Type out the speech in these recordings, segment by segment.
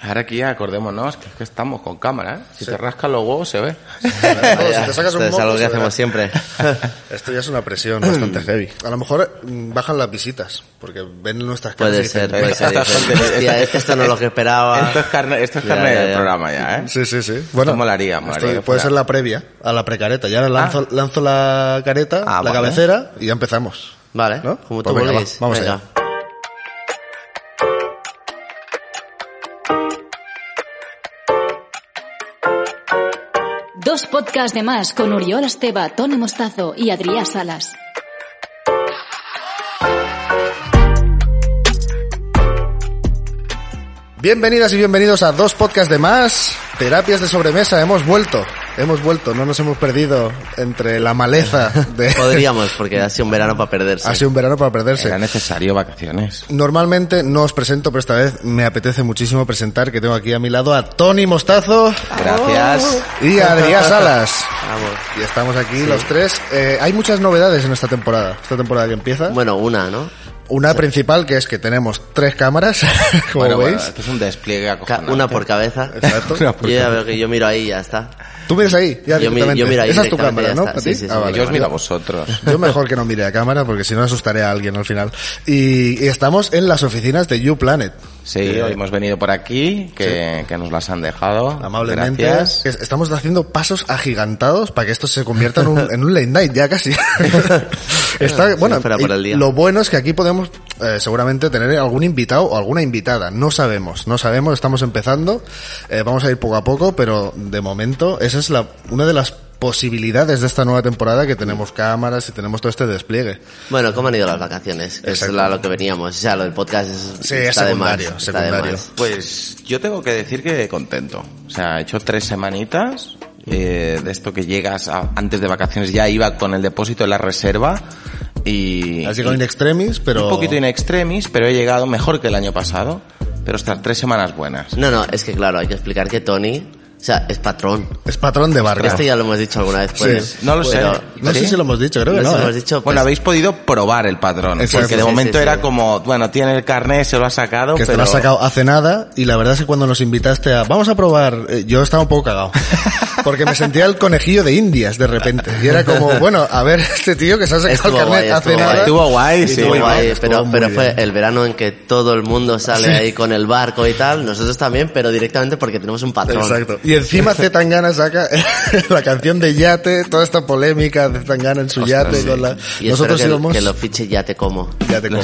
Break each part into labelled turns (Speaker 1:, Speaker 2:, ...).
Speaker 1: Ahora aquí ya acordémonos que, es que estamos con cámara, ¿eh? Si te rascas los huevos se ve.
Speaker 2: Claro, si te sacas un
Speaker 3: Esto es
Speaker 2: moco,
Speaker 3: algo que
Speaker 2: se verá.
Speaker 3: hacemos siempre.
Speaker 2: Esto ya es una presión bastante heavy. A lo mejor mm, bajan las visitas, porque ven nuestras caras y
Speaker 3: Puede
Speaker 2: dicen,
Speaker 3: ser, puede ser.
Speaker 1: Esta
Speaker 3: Dices,
Speaker 1: gente-
Speaker 3: Hostia, es que esto no es lo que esperaba.
Speaker 1: Esto es carne, esto es
Speaker 3: Ah. Ya,
Speaker 1: carne
Speaker 3: ya,
Speaker 1: del
Speaker 3: ya.
Speaker 1: programa ya, ¿eh?
Speaker 2: Sí, sí, sí. Bueno,
Speaker 1: molaría, molaría que
Speaker 2: puede
Speaker 1: fuera.
Speaker 2: ser la previa a la precareta. Ya lanzo, lanzo la careta,
Speaker 3: Ah,
Speaker 2: la
Speaker 3: vale.
Speaker 2: cabecera y ya empezamos.
Speaker 3: Vale,
Speaker 2: ¿No?
Speaker 3: como tú
Speaker 2: Pues venga, va,
Speaker 3: volvéis.
Speaker 2: vamos
Speaker 3: Venga.
Speaker 2: allá.
Speaker 4: Dos podcasts de más con Uriol Esteba, Tony Mostazo y Adrián Salas.
Speaker 2: Bienvenidas y bienvenidos a dos podcasts de más. Terapias de sobremesa, hemos vuelto. Hemos vuelto, no nos hemos perdido entre la maleza de...
Speaker 3: Podríamos, porque ha sido un verano para perderse.
Speaker 2: ha sido un verano para perderse.
Speaker 1: Era necesario vacaciones.
Speaker 2: Normalmente no os presento, pero esta vez me apetece muchísimo presentar que tengo aquí a mi lado a Tony Mostazo
Speaker 3: Gracias.
Speaker 2: y a Adrián Salas.
Speaker 3: Vamos.
Speaker 2: Y estamos aquí los tres. Eh, hay muchas novedades en esta temporada, esta temporada que empieza.
Speaker 3: Bueno, una, ¿no?
Speaker 2: Una principal que es que tenemos tres cámaras, como
Speaker 1: Bueno, bueno,
Speaker 2: veis.
Speaker 1: esto es un despliegue
Speaker 3: Ca-
Speaker 1: acojonante.
Speaker 2: ¿eh?
Speaker 3: Una por cabeza.
Speaker 2: Exacto. Una por
Speaker 3: Yo ya veo que yo miro ahí y ya está.
Speaker 2: Tú miras ahí, ya
Speaker 3: Yo mi-
Speaker 2: directamente.
Speaker 3: yo miro ahí
Speaker 2: Esa es tu
Speaker 3: directamente,
Speaker 2: cámara,
Speaker 3: ya
Speaker 2: ¿no?
Speaker 3: está.
Speaker 2: ¿Para
Speaker 3: Sí,
Speaker 2: ti?
Speaker 3: sí, sí.
Speaker 2: Ah, vale,
Speaker 1: Yo os
Speaker 2: vale.
Speaker 1: miro a vosotros.
Speaker 2: Yo mejor que no mire a cámara porque si no asustaré a alguien al final. Y, y estamos en las oficinas de YouPlanet.
Speaker 1: Sí,
Speaker 2: Eh,
Speaker 1: hoy hemos venido por aquí, que, que nos las han dejado.
Speaker 2: Amablemente.
Speaker 1: Gracias.
Speaker 2: Es- Estamos haciendo pasos agigantados para que esto se convierta en un, en un late night ya casi. Está,
Speaker 3: si
Speaker 2: bueno,
Speaker 3: fuera
Speaker 2: y
Speaker 3: por el día.
Speaker 2: lo bueno es que aquí podemos eh, seguramente tener algún invitado o alguna invitada. No sabemos, no sabemos, estamos empezando. Eh, vamos a ir poco a poco, pero de momento esa es la, una de las posibilidades de esta nueva temporada que tenemos cámaras y tenemos todo este despliegue.
Speaker 3: Bueno, ¿cómo han ido las vacaciones? Que es
Speaker 2: Exacto.
Speaker 3: la- lo que veníamos. O sea, lo del podcast es,
Speaker 2: Sí, es
Speaker 3: está de más,
Speaker 2: secundario,
Speaker 3: está de
Speaker 2: secundario.
Speaker 3: más.
Speaker 1: Pues yo tengo que decir que contento. O sea, he hecho tres semanitas eh, de esto que llegas a- antes de vacaciones. Ya iba con el depósito en la reserva y...
Speaker 2: Has llegado
Speaker 1: y-
Speaker 2: in extremis, pero...
Speaker 1: Un poquito in extremis, pero he llegado mejor que el año pasado. Pero estar tres semanas buenas.
Speaker 3: No, no, es que claro, hay que explicar que Tony, o sea, es patrón.
Speaker 2: es patrón de barrio.
Speaker 3: Esto ya lo hemos dicho alguna vez.
Speaker 2: Sí.
Speaker 3: pues.
Speaker 1: No lo sé.
Speaker 3: Pero-
Speaker 2: No sé
Speaker 1: ¿Sí?
Speaker 2: si lo hemos dicho, creo que no.
Speaker 3: No sé si
Speaker 2: ¿eh?
Speaker 3: lo hemos dicho. pues,
Speaker 1: Bueno, habéis podido probar el patrón.
Speaker 2: Exacto.
Speaker 1: Porque de
Speaker 2: Sí, sí,
Speaker 1: momento
Speaker 3: sí,
Speaker 1: era
Speaker 3: sí.
Speaker 1: como, bueno, tiene el carnet, se lo ha sacado,
Speaker 2: que te
Speaker 1: pero...
Speaker 2: lo has sacado hace nada y la verdad es que cuando nos invitaste a vamos a probar eh, yo estaba un poco cagado porque me sentía el conejillo de indias de repente y era como bueno a ver este tío que se ha sacado
Speaker 3: Estuvo
Speaker 2: el carnet
Speaker 3: guay,
Speaker 2: hace
Speaker 3: estuvo
Speaker 2: nada
Speaker 3: guay.
Speaker 1: Estuvo guay, sí.
Speaker 3: estuvo
Speaker 2: muy
Speaker 3: guay,
Speaker 2: bien,
Speaker 3: pero,
Speaker 2: estuvo
Speaker 3: pero
Speaker 2: muy
Speaker 3: fue
Speaker 2: bien.
Speaker 3: el verano en que todo el mundo sale ahí con el barco y tal, nosotros también, pero directamente porque tenemos un patrón.
Speaker 2: Exacto. Y encima C. Tangana saca la canción de Yate, toda esta polémica de Tangana en su
Speaker 1: Ostras,
Speaker 2: yate.
Speaker 1: sí.
Speaker 2: Con la...
Speaker 3: Y espero
Speaker 2: Nosotros
Speaker 3: que,
Speaker 2: íbamos...
Speaker 3: que lo fiche ya te como.
Speaker 2: Yate como.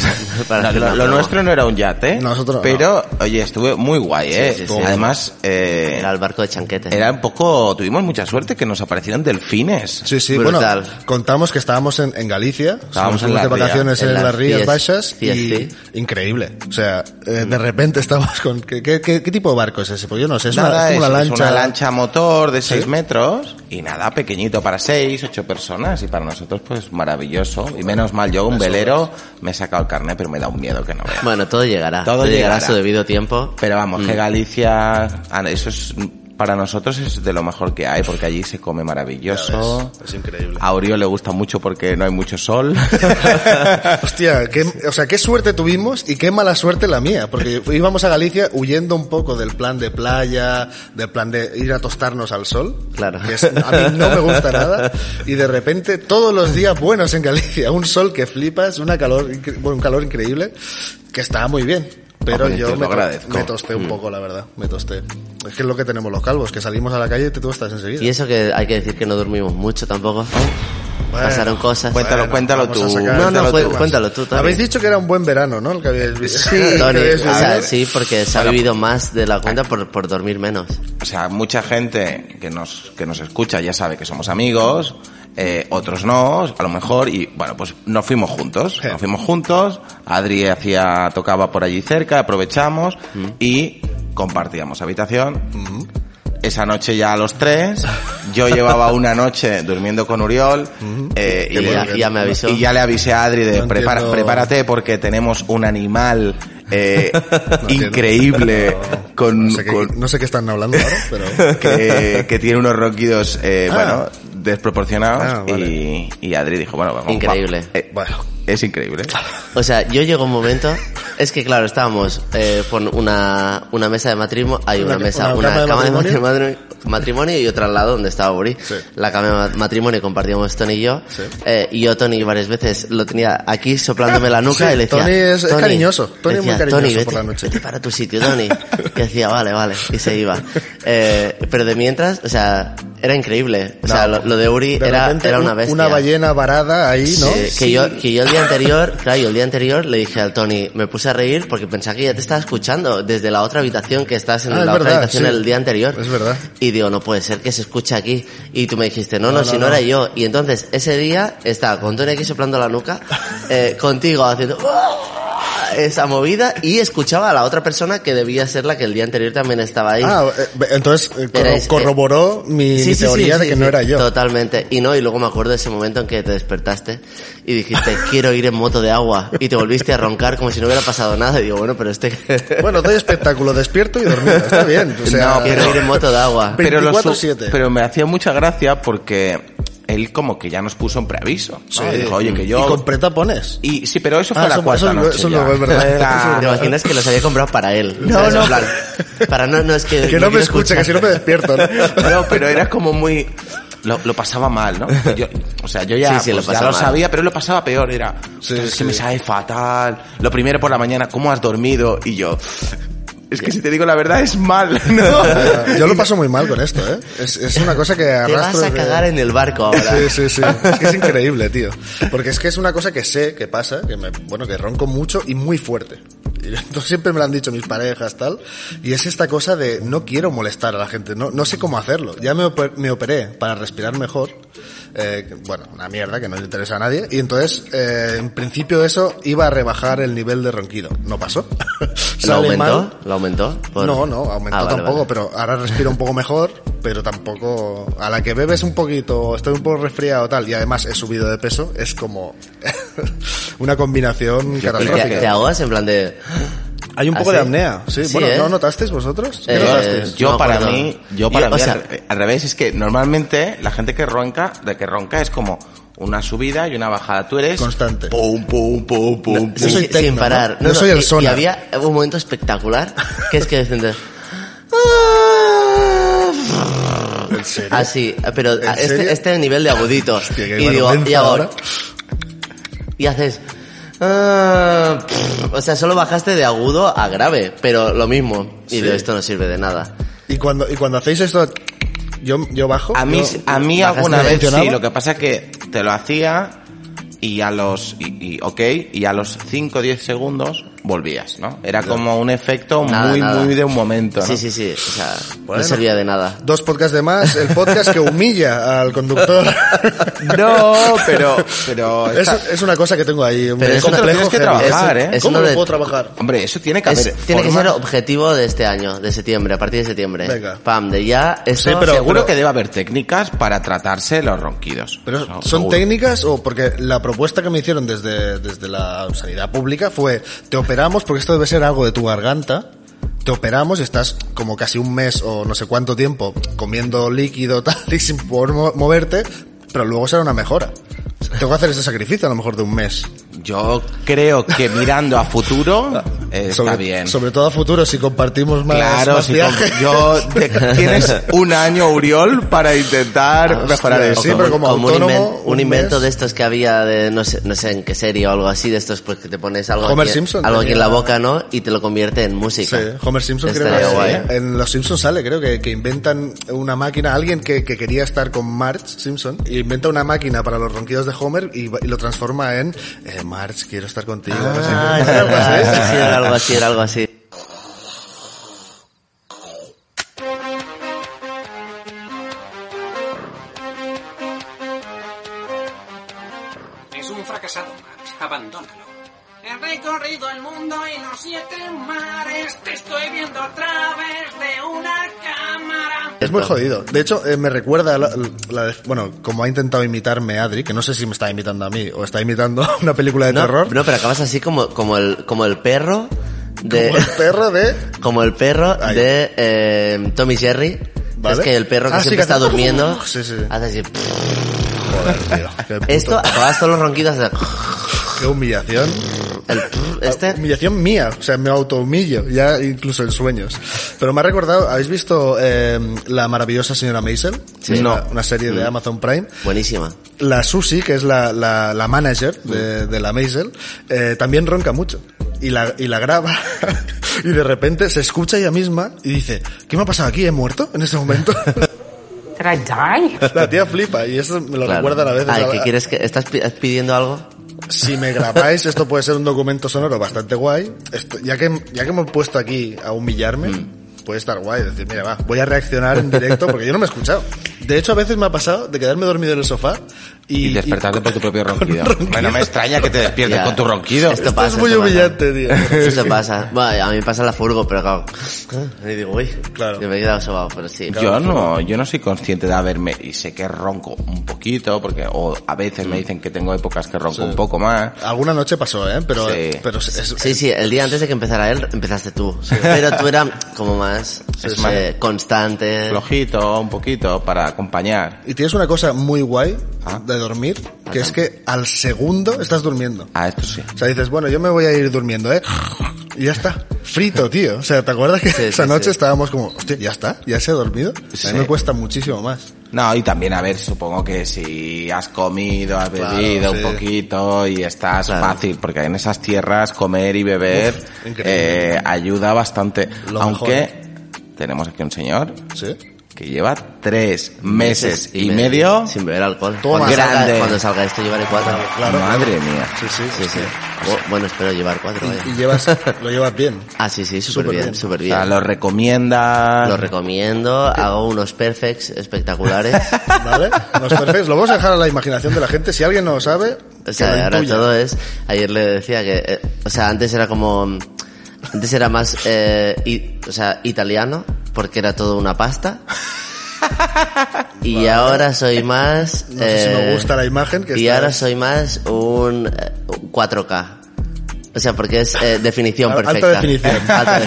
Speaker 3: Para
Speaker 1: No,
Speaker 3: hacer
Speaker 1: lo,
Speaker 3: la
Speaker 1: lo
Speaker 3: promo.
Speaker 1: nuestro no era un yate,
Speaker 2: Nosotros no.
Speaker 1: pero oye, estuve muy guay, ¿eh?
Speaker 3: sí, sí.
Speaker 1: Además, eh,
Speaker 3: Era el barco de chanquete.
Speaker 1: era un poco, tuvimos mucha suerte que nos aparecieron delfines.
Speaker 2: Sí, sí,
Speaker 3: Brutal.
Speaker 2: bueno, contamos que estábamos en, en Galicia,
Speaker 1: Estábamos
Speaker 2: estábamos
Speaker 1: en la
Speaker 2: de
Speaker 1: ría,
Speaker 2: vacaciones en,
Speaker 3: en las
Speaker 2: las Rías
Speaker 3: Rías-
Speaker 2: Baixas
Speaker 3: Rías,
Speaker 2: y
Speaker 3: sí.
Speaker 2: increíble. O sea, eh, de repente estábamos con... ¿qué, qué, qué, qué tipo de barco es ese? Pues yo no sé, es,
Speaker 1: Nada,
Speaker 2: una, es como
Speaker 1: es-
Speaker 2: una
Speaker 1: es
Speaker 2: lancha...
Speaker 1: una lancha motor de 6 metros y nada, pequeñito para 6, 8 personas y para nosotros pues maravilloso. Y menos mal, yo un velero me he sacado el carnet pero me da un miedo que no vea.
Speaker 3: Bueno, todo llegará.
Speaker 1: Todo
Speaker 3: Todo, llegará a
Speaker 1: llegará.
Speaker 3: su debido tiempo.
Speaker 1: Pero
Speaker 2: Mm.
Speaker 1: vamos, que Galicia, ah, eso es, para nosotros es de lo mejor que hay porque allí se come maravilloso.
Speaker 2: Es increíble.
Speaker 1: A Oriol le gusta mucho porque no hay mucho sol.
Speaker 2: Hostia, qué, o sea, qué suerte tuvimos y qué mala suerte la mía, porque íbamos a Galicia huyendo un poco del plan de playa, del plan de ir a tostarnos al sol,
Speaker 3: Claro.
Speaker 2: que es- a mí no me gusta nada, y de repente todos los días buenos en Galicia, un sol que flipas, una calor, incre- bueno, un calor increíble, que estaba muy bien. Pero
Speaker 1: Hombre, te
Speaker 2: yo
Speaker 1: lo
Speaker 2: me, to-
Speaker 1: agradezco. Mm.
Speaker 2: me tosté un poco, la verdad, me tosté. Es que es lo que tenemos los calvos, que salimos a la calle y te tostas enseguida.
Speaker 3: Y eso que hay que decir que no dormimos mucho tampoco.
Speaker 2: Bueno.
Speaker 3: Pasaron cosas.
Speaker 1: Cuéntalo, cuéntalo
Speaker 2: vamos a
Speaker 1: tú.
Speaker 2: sacar-
Speaker 3: No, no,
Speaker 1: cuéntalo
Speaker 3: cué-
Speaker 1: tú.
Speaker 3: cuéntalo tú también.
Speaker 2: Habéis dicho que era un buen verano, ¿no? El que habíais visto.
Speaker 3: Tony, o sea, sí, porque se ha vivido más de la cuenta por, por dormir menos.
Speaker 1: O sea, mucha gente que nos, que nos escucha ya sabe que somos amigos, eh, otros no, a lo mejor, y bueno, pues nos fuimos juntos, nos fuimos juntos, Adri hacía, tocaba por allí cerca, aprovechamos
Speaker 2: Mm.
Speaker 1: y compartíamos habitación. Esa noche ya a los tres, yo llevaba una noche durmiendo con Uriol
Speaker 2: Mm.
Speaker 1: eh,
Speaker 3: Y ya- ya me avisó.
Speaker 1: y ya le avisé a Adri de
Speaker 2: No
Speaker 1: "Prepara-
Speaker 2: entiendo".
Speaker 1: prepárate porque tenemos un animal eh,
Speaker 2: entiendo.
Speaker 1: increíble con-
Speaker 2: No sé, qué,
Speaker 1: con,
Speaker 2: no sé qué están hablando ahora, pero...
Speaker 1: que, que tiene unos ronquidos, eh,
Speaker 2: Ah.
Speaker 1: bueno, desproporcionados
Speaker 2: Ah, vale.
Speaker 1: y, y Adri dijo, bueno, vamos.
Speaker 3: Increíble.
Speaker 1: va- eh,
Speaker 2: Bueno.
Speaker 1: es increíble.
Speaker 3: O sea, yo llego un momento, es que claro, estábamos eh, por una, una mesa de matrimonio, hay una,
Speaker 2: Una- una
Speaker 3: mesa, una,
Speaker 2: cama de
Speaker 3: cama de
Speaker 2: matrimonio.
Speaker 3: matrimonio, matrimonio y otra al lado donde estaba Uri.
Speaker 2: Sí.
Speaker 3: La cama de ma- matrimonio compartíamos Tony y yo.
Speaker 2: Sí.
Speaker 3: Eh, y yo Tony varias veces lo tenía aquí soplándome la nuca
Speaker 2: Sí,
Speaker 3: y le decía,
Speaker 2: Tony es- es cariñoso, Tony
Speaker 3: le
Speaker 2: es muy
Speaker 3: decía,
Speaker 2: cariñoso
Speaker 3: "Tony,
Speaker 2: por
Speaker 3: vete-
Speaker 2: la noche".
Speaker 3: vete para tu sitio, Tony. Y decía, vale, vale, y se iba. Eh, pero de mientras, o sea, era increíble. O sea,
Speaker 2: No,
Speaker 3: lo, lo de Uri
Speaker 2: De
Speaker 3: era,
Speaker 2: repente
Speaker 3: era una
Speaker 2: un-
Speaker 3: bestia.
Speaker 2: Una ballena varada ahí, ¿no?
Speaker 3: Sí, que, yo, que yo el día anterior, claro, yo el día anterior le dije al Tony, me puse a reír porque pensaba que ya te estaba escuchando desde la otra habitación que estás en
Speaker 2: Ah,
Speaker 3: la
Speaker 2: es
Speaker 3: otra
Speaker 2: verdad,
Speaker 3: habitación
Speaker 2: sí.
Speaker 3: el día anterior.
Speaker 2: Es verdad.
Speaker 3: Y digo, no puede ser que se escuche aquí. Y tú me dijiste, no, no,
Speaker 2: No,
Speaker 3: si
Speaker 2: no,
Speaker 3: no,
Speaker 2: no.
Speaker 3: era yo. Y entonces ese día estaba con Tony aquí soplando la nuca, eh, contigo haciendo esa movida y escuchaba a la otra persona que debía ser la que el día anterior también estaba ahí.
Speaker 2: Ah, eh, entonces eh, corro-
Speaker 3: Erais, eh,
Speaker 2: corroboró mi,
Speaker 3: Sí,
Speaker 2: mi
Speaker 3: sí,
Speaker 2: teoría
Speaker 3: sí,
Speaker 2: de
Speaker 3: sí,
Speaker 2: que
Speaker 3: sí.
Speaker 2: no era yo.
Speaker 3: Totalmente. Y no, y luego me acuerdo de ese momento en que te despertaste y dijiste, quiero ir en moto de agua. Y te volviste a roncar como si no hubiera pasado nada. Y digo, bueno, pero este...
Speaker 2: Bueno, doy espectáculo, despierto y dormido. Está bien. O sea,
Speaker 1: No,
Speaker 3: quiero ir en moto de agua.
Speaker 1: Pero, lo su-
Speaker 2: 24/7.
Speaker 1: pero me hacía mucha gracia porque él como que ya nos puso un preaviso. ¿no?
Speaker 2: sí.
Speaker 1: Y dijo, oye, que yo...
Speaker 2: Y con pretapones.
Speaker 1: Y sí, pero eso fue
Speaker 2: Ah,
Speaker 1: la
Speaker 2: eso-
Speaker 1: cuarta
Speaker 2: eso-
Speaker 1: noche.
Speaker 2: eso
Speaker 1: ya.
Speaker 2: luego es verdad.
Speaker 1: Era-
Speaker 3: Ah, ¿Te imaginas que los había comprado para él?
Speaker 2: No,
Speaker 3: ¿Sabes? En
Speaker 2: no.
Speaker 3: plan, para no, no, es que...
Speaker 2: Que no me
Speaker 3: quiero
Speaker 2: escuche, que si no me despierto. ¿no?
Speaker 1: No, pero era como muy... Lo, lo pasaba mal, ¿no? Yo- o sea, yo ya,
Speaker 3: Sí, sí, lo
Speaker 1: pues, ya lo,
Speaker 3: pasaba mal.
Speaker 1: sabía, pero él lo pasaba peor. Era,
Speaker 2: Sí,
Speaker 1: "Ostras, es
Speaker 2: sí.
Speaker 1: que me sabe fatal. Lo primero por la mañana, ¿cómo has dormido? Y yo, es que si te digo la verdad, es mal. ¿no?
Speaker 2: Yo lo paso muy mal con esto, ¿eh? Es, es una cosa que
Speaker 3: Te
Speaker 2: arrastro... eh.
Speaker 3: vas a
Speaker 2: de-
Speaker 3: cagar en el barco ahora.
Speaker 2: Sí, sí, sí. Es que es increíble, tío. Porque es que es una cosa que sé que pasa, que me, bueno, que ronco mucho y muy fuerte. Y entonces siempre me lo han dicho mis parejas, tal. Y es esta cosa de no quiero molestar a la gente, no, no sé cómo hacerlo. Ya me, oper- me operé para respirar mejor. eh, que, bueno, una mierda que no le interesa a nadie. Y entonces, eh, en principio eso iba a rebajar el nivel de ronquido. No pasó.
Speaker 3: ¿Lo
Speaker 2: Sale mal.
Speaker 3: aumentó? ¿Lo aumentó? Por-
Speaker 2: No, no, aumentó
Speaker 3: Ah, vale,
Speaker 2: tampoco,
Speaker 3: vale.
Speaker 2: pero ahora respiro un poco mejor, pero tampoco... A la que bebes un poquito, estoy un poco resfriado tal, y además he subido de peso, es como una combinación
Speaker 3: Y te, te
Speaker 2: catastrófica.
Speaker 3: ahogas en plan de...
Speaker 2: Hay un poco
Speaker 3: ¿Ah,
Speaker 2: de
Speaker 3: sí?
Speaker 2: apnea, sí.
Speaker 3: Sí,
Speaker 2: bueno,
Speaker 3: ¿eh?
Speaker 2: ¿no notasteis vosotros? ¿Qué
Speaker 3: Eh,
Speaker 2: notasteis?
Speaker 1: Yo
Speaker 3: No me
Speaker 1: para
Speaker 3: acuerdo.
Speaker 1: mí, yo para
Speaker 3: Yo,
Speaker 1: mí,
Speaker 3: o sea-
Speaker 1: al, al revés, es que normalmente la gente que ronca, de que ronca es como una subida y una bajada. Tú eres...
Speaker 2: Constante.
Speaker 1: Pum, pum, pum, pum,
Speaker 2: Yo
Speaker 1: pum.
Speaker 3: sin-
Speaker 2: soy
Speaker 3: sin
Speaker 2: tecno,
Speaker 3: parar.
Speaker 2: ¿no? Yo soy el
Speaker 3: y- y
Speaker 2: sonar.
Speaker 3: había un momento espectacular que es que decían...
Speaker 2: ¿En serio?
Speaker 3: Así, Ah, pero
Speaker 2: ¿En
Speaker 3: a-
Speaker 2: serio?
Speaker 3: este, este nivel de agudito.
Speaker 2: Hostia, qué
Speaker 3: y digo,
Speaker 2: vergüenza
Speaker 3: y hago-
Speaker 2: ahora.
Speaker 3: y haces. ah, pff, o sea, solo bajaste de agudo a grave, pero lo mismo. Y
Speaker 2: Sí.
Speaker 3: digo, esto no sirve de nada.
Speaker 2: Y cuando, y cuando hacéis esto, yo, yo bajo.
Speaker 1: A mí,
Speaker 2: yo-
Speaker 1: a mí
Speaker 3: ¿bajaste
Speaker 1: alguna
Speaker 2: de
Speaker 1: vez
Speaker 2: mencionado?
Speaker 1: sí, lo que pasa es que te lo hacía y a los, y, y- ok, y a los 5 o 10 segundos volvías, ¿no? Era como un efecto
Speaker 3: Nada,
Speaker 1: muy,
Speaker 3: nada.
Speaker 1: muy de un momento, ¿no?
Speaker 3: Sí, sí, sí. O sea,
Speaker 2: Bueno.
Speaker 3: no servía de nada.
Speaker 2: Dos podcasts de más, el podcast que humilla al conductor.
Speaker 1: No, pero, pero,
Speaker 2: Es,
Speaker 1: esta-
Speaker 2: es una cosa que tengo ahí, un
Speaker 3: Pero es una-
Speaker 2: complejo
Speaker 1: tienes que
Speaker 2: heavy.
Speaker 1: trabajar, ¿eh?
Speaker 3: Es
Speaker 2: ¿Cómo
Speaker 3: uno
Speaker 2: lo
Speaker 3: de-
Speaker 2: puedo trabajar?
Speaker 1: hombre, eso tiene que
Speaker 3: Es-
Speaker 1: haber.
Speaker 3: tiene que
Speaker 1: forma.
Speaker 3: ser objetivo de este año, de septiembre, a partir de septiembre.
Speaker 2: Venga.
Speaker 3: Pam, de ya. Esto,
Speaker 2: Sí, pero-
Speaker 1: Seguro
Speaker 2: pero-
Speaker 1: que debe haber técnicas para tratarse los ronquidos.
Speaker 2: Pero
Speaker 1: No,
Speaker 2: son
Speaker 1: seguro.
Speaker 2: técnicas o porque la propuesta que me hicieron desde, desde la sanidad pública fue te operamos porque esto debe ser algo de tu garganta. Te operamos y estás como casi un mes o no sé cuánto tiempo comiendo líquido tal y sin poder mo- moverte, pero luego será una mejora. Tengo que hacer ese sacrificio a lo mejor de un mes.
Speaker 1: Yo creo que mirando a futuro eh, está
Speaker 2: sobre,
Speaker 1: bien.
Speaker 2: Sobre todo a futuro si compartimos más,
Speaker 1: Claro,
Speaker 2: más
Speaker 1: si
Speaker 2: viajes.
Speaker 1: con- yo te- tienes un año Uriol para intentar
Speaker 2: Hostia,
Speaker 1: mejorar
Speaker 2: sí,
Speaker 1: eso.
Speaker 2: pero
Speaker 3: un-
Speaker 2: como
Speaker 3: un,
Speaker 2: autónomo,
Speaker 3: inven-
Speaker 2: un
Speaker 3: un invento
Speaker 2: mes.
Speaker 3: de estos que había de no sé, no sé en qué serie o algo así, de estos pues que te pones algo,
Speaker 2: Homer
Speaker 3: aquí,
Speaker 2: Simpson
Speaker 3: algo aquí en la
Speaker 2: tenía-
Speaker 3: boca, ¿no? Y te lo convierte en música.
Speaker 2: Sí, Homer Simpson creo
Speaker 3: Estaría
Speaker 2: que
Speaker 3: guay.
Speaker 2: sí, ¿eh? en Los Simpsons sale, creo que, que inventan una máquina, alguien que, que quería estar con Marge Simpson, y inventa una máquina para los ronquidos de Homer y, va- y lo transforma en eh, Marge, quiero estar contigo. no sé
Speaker 3: Ah,
Speaker 2: qué.
Speaker 3: es
Speaker 2: Algo así.
Speaker 3: verdad, sí, era algo así, era algo así.
Speaker 5: Es un fracasado, Max. Abandónalo. He recorrido el mundo y los siete mares. Te estoy viendo a través de una cámara.
Speaker 2: Es muy jodido. De hecho, eh, me recuerda, la- la de- bueno, como ha intentado imitarme Adri, que no sé si me está imitando a mí o está imitando una película de
Speaker 3: No,
Speaker 2: terror,
Speaker 3: no, pero acabas así como, como, el, como el perro de...
Speaker 2: como el perro de...
Speaker 3: Como el perro
Speaker 2: Ahí.
Speaker 3: de eh, Tommy Jerry,
Speaker 2: ¿Vale?
Speaker 3: Es que el perro que
Speaker 2: Ah, sí,
Speaker 3: siempre
Speaker 2: que
Speaker 3: está
Speaker 2: hace-
Speaker 3: durmiendo
Speaker 2: Sí, sí.
Speaker 3: hace así.
Speaker 2: Joder, tío. Qué puto-
Speaker 3: Esto, acabas todos los ronquidos. hace-
Speaker 2: Qué humillación.
Speaker 3: El,
Speaker 2: Ah,
Speaker 3: este.
Speaker 2: Humillación mía, o sea, me autohumillo, ya incluso en sueños. Pero me ha recordado, ¿habéis visto eh, la maravillosa señora Maisel?
Speaker 3: Sí. Mm.
Speaker 2: Una, una serie de Amazon Prime.
Speaker 3: Buenísima.
Speaker 2: La Susi, que es la, la, la manager de,
Speaker 3: Mm.
Speaker 2: de la Maisel, eh, también ronca mucho. Y la, y la graba. y de repente se escucha ella misma y dice, ¿qué me ha pasado aquí? ¿He muerto en ese momento?
Speaker 6: Did I die?
Speaker 2: la tía flipa y eso me lo
Speaker 3: Claro.
Speaker 2: recuerdan a veces.
Speaker 3: Ay,
Speaker 2: a-
Speaker 3: ¿qué quieres que estás pi- pidiendo algo?
Speaker 2: si me grabáis, esto puede ser un documento sonoro bastante guay. Esto- ya, que, ya que me he puesto aquí a humillarme,
Speaker 3: Mm.
Speaker 2: puede estar guay. Decir, mira, va, voy a reaccionar en directo porque yo no me he escuchado. De hecho, a veces me ha pasado de quedarme dormido en el sofá y,
Speaker 1: Y despertarte por tu propio ronquido.
Speaker 2: un ronquido.
Speaker 1: Bueno, me extraña que te despiertes
Speaker 3: Ya.
Speaker 1: con tu ronquido.
Speaker 2: Esto
Speaker 3: Esto
Speaker 2: es
Speaker 3: pasa.
Speaker 2: muy
Speaker 3: esto pasa.
Speaker 2: humillante, tío.
Speaker 3: Eso pasa. Bueno, a mí me pasa en la furgo, pero claro. Y digo, uy.
Speaker 2: Claro.
Speaker 3: Yo me he quedado sobado, pero sí.
Speaker 1: Yo no, yo no soy consciente de haberme, y sé que ronco un poquito, porque, o a veces me dicen que tengo épocas que ronco un poco más.
Speaker 2: Alguna noche pasó, ¿eh? Pero,
Speaker 1: Sí.
Speaker 2: pero es- es-
Speaker 3: Sí, sí, el día antes de que empezara él, empezaste tú. Pero tú eras como más,
Speaker 1: Es
Speaker 3: eh,
Speaker 1: más-
Speaker 3: constante.
Speaker 1: Flojito, un poquito, para acompañar.
Speaker 2: Y tienes una cosa muy guay
Speaker 1: Ah.
Speaker 2: de dormir, que es que al segundo estás durmiendo.
Speaker 1: Ah, esto sí.
Speaker 2: O sea, dices, bueno, yo me voy a ir durmiendo, ¿eh? Y ya está. Frito, tío. O sea, ¿te acuerdas que
Speaker 3: Sí,
Speaker 2: esa
Speaker 3: sí,
Speaker 2: noche
Speaker 3: sí.
Speaker 2: estábamos como, hostia, ya está, ya se ha dormido? A
Speaker 1: Sí.
Speaker 2: mí me cuesta muchísimo más.
Speaker 1: No, y también, a ver, supongo que si has comido, has
Speaker 2: Claro,
Speaker 1: bebido
Speaker 2: sí.
Speaker 1: un poquito y estás
Speaker 3: Claro.
Speaker 1: fácil, porque en esas tierras comer y beber
Speaker 2: Uf, increíble.
Speaker 1: eh, ayuda bastante.
Speaker 2: Lo
Speaker 1: Aunque tenemos aquí un señor
Speaker 2: ¿Sí?
Speaker 1: que lleva tres meses, y, medio.
Speaker 3: Sin beber alcohol.
Speaker 2: Toma.
Speaker 3: Cuando salga-
Speaker 1: Grande.
Speaker 3: cuando salga esto llevaré cuatro.
Speaker 2: Claro.
Speaker 1: Madre mía.
Speaker 2: Sí, sí,
Speaker 3: Sí, sí.
Speaker 2: hostia.
Speaker 3: Bu- Bueno, espero llevar cuatro. vaya.
Speaker 2: Y, y llevas, lo llevas bien.
Speaker 3: Ah, sí, sí, súper
Speaker 2: Superbién.
Speaker 3: bien, súper
Speaker 1: O sea,
Speaker 3: bien.
Speaker 1: lo recomiendas.
Speaker 3: Lo recomiendo, hago unos perfects espectaculares.
Speaker 2: ¿Vale? Los perfectos. Lo vamos a dejar a la imaginación de la gente. Si alguien no lo sabe,
Speaker 3: O
Speaker 2: que lo
Speaker 3: sea, ahora
Speaker 2: intuya.
Speaker 3: todo es, ayer le decía que, eh, o sea, antes era como, mm, antes era más, eh, i- o sea, italiano, porque era todo una pasta. Y ahora soy más...
Speaker 2: No sé si me
Speaker 3: eh,
Speaker 2: gusta la imagen que
Speaker 3: y
Speaker 2: está-
Speaker 3: ahora soy más un eh, un 4K. O sea, porque es eh, definición
Speaker 2: Alta
Speaker 3: perfecta.
Speaker 2: definición.
Speaker 3: Alta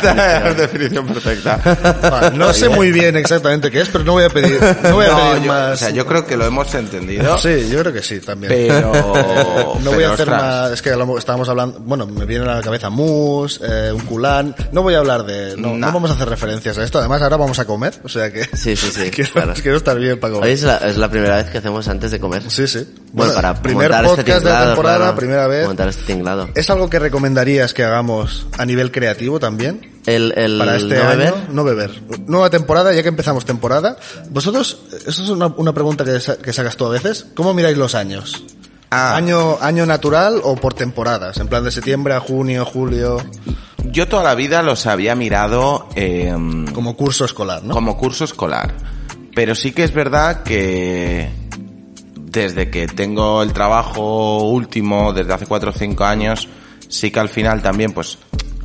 Speaker 3: definición.
Speaker 1: definición perfecta.
Speaker 2: Va, Ah, No sé muy bien exactamente qué es, pero no voy a pedir, no voy a
Speaker 1: No,
Speaker 2: pedir
Speaker 1: yo,
Speaker 2: más.
Speaker 1: o sea, yo creo que lo hemos entendido.
Speaker 2: Sí, yo creo que sí, también.
Speaker 1: Pero.
Speaker 2: Eh, No voy
Speaker 1: pero,
Speaker 2: a hacer
Speaker 1: ostras,
Speaker 2: más, es que lo- estábamos hablando, bueno, me viene a la cabeza mus, eh, un culán, no voy a hablar de, no,
Speaker 1: Nah.
Speaker 2: no vamos a hacer referencias a esto, además ahora vamos a comer, o sea que
Speaker 3: Sí, sí, sí,
Speaker 2: quiero,
Speaker 3: claro.
Speaker 2: quiero estar bien para comer.
Speaker 3: Hoy es la, es la primera vez que hacemos antes de comer.
Speaker 2: Sí, sí.
Speaker 3: Bueno, para
Speaker 2: primer
Speaker 3: montar
Speaker 2: podcast de
Speaker 3: este
Speaker 2: la
Speaker 3: tinglado,
Speaker 2: temporada,
Speaker 3: claro,
Speaker 2: primera vez. Eh,
Speaker 3: Montar este tinglado.
Speaker 2: ¿Es algo que recomendarías que hagamos a nivel creativo también?
Speaker 3: El, el
Speaker 2: Para este
Speaker 3: no
Speaker 2: año,
Speaker 3: beber.
Speaker 2: no beber. Nueva temporada, ya que empezamos temporada. Vosotros, eso es una, una pregunta que, sa- que sacas tú a veces, ¿cómo miráis los años?
Speaker 1: Ah.
Speaker 2: ¿Año, ¿Año natural o por temporadas? En plan de septiembre a junio, julio...
Speaker 1: Yo toda la vida los había mirado em,
Speaker 2: Como curso escolar, ¿no?
Speaker 1: como curso escolar. Pero sí que es verdad que desde que tengo el trabajo último, desde hace cuatro o cinco años, sí que al final también pues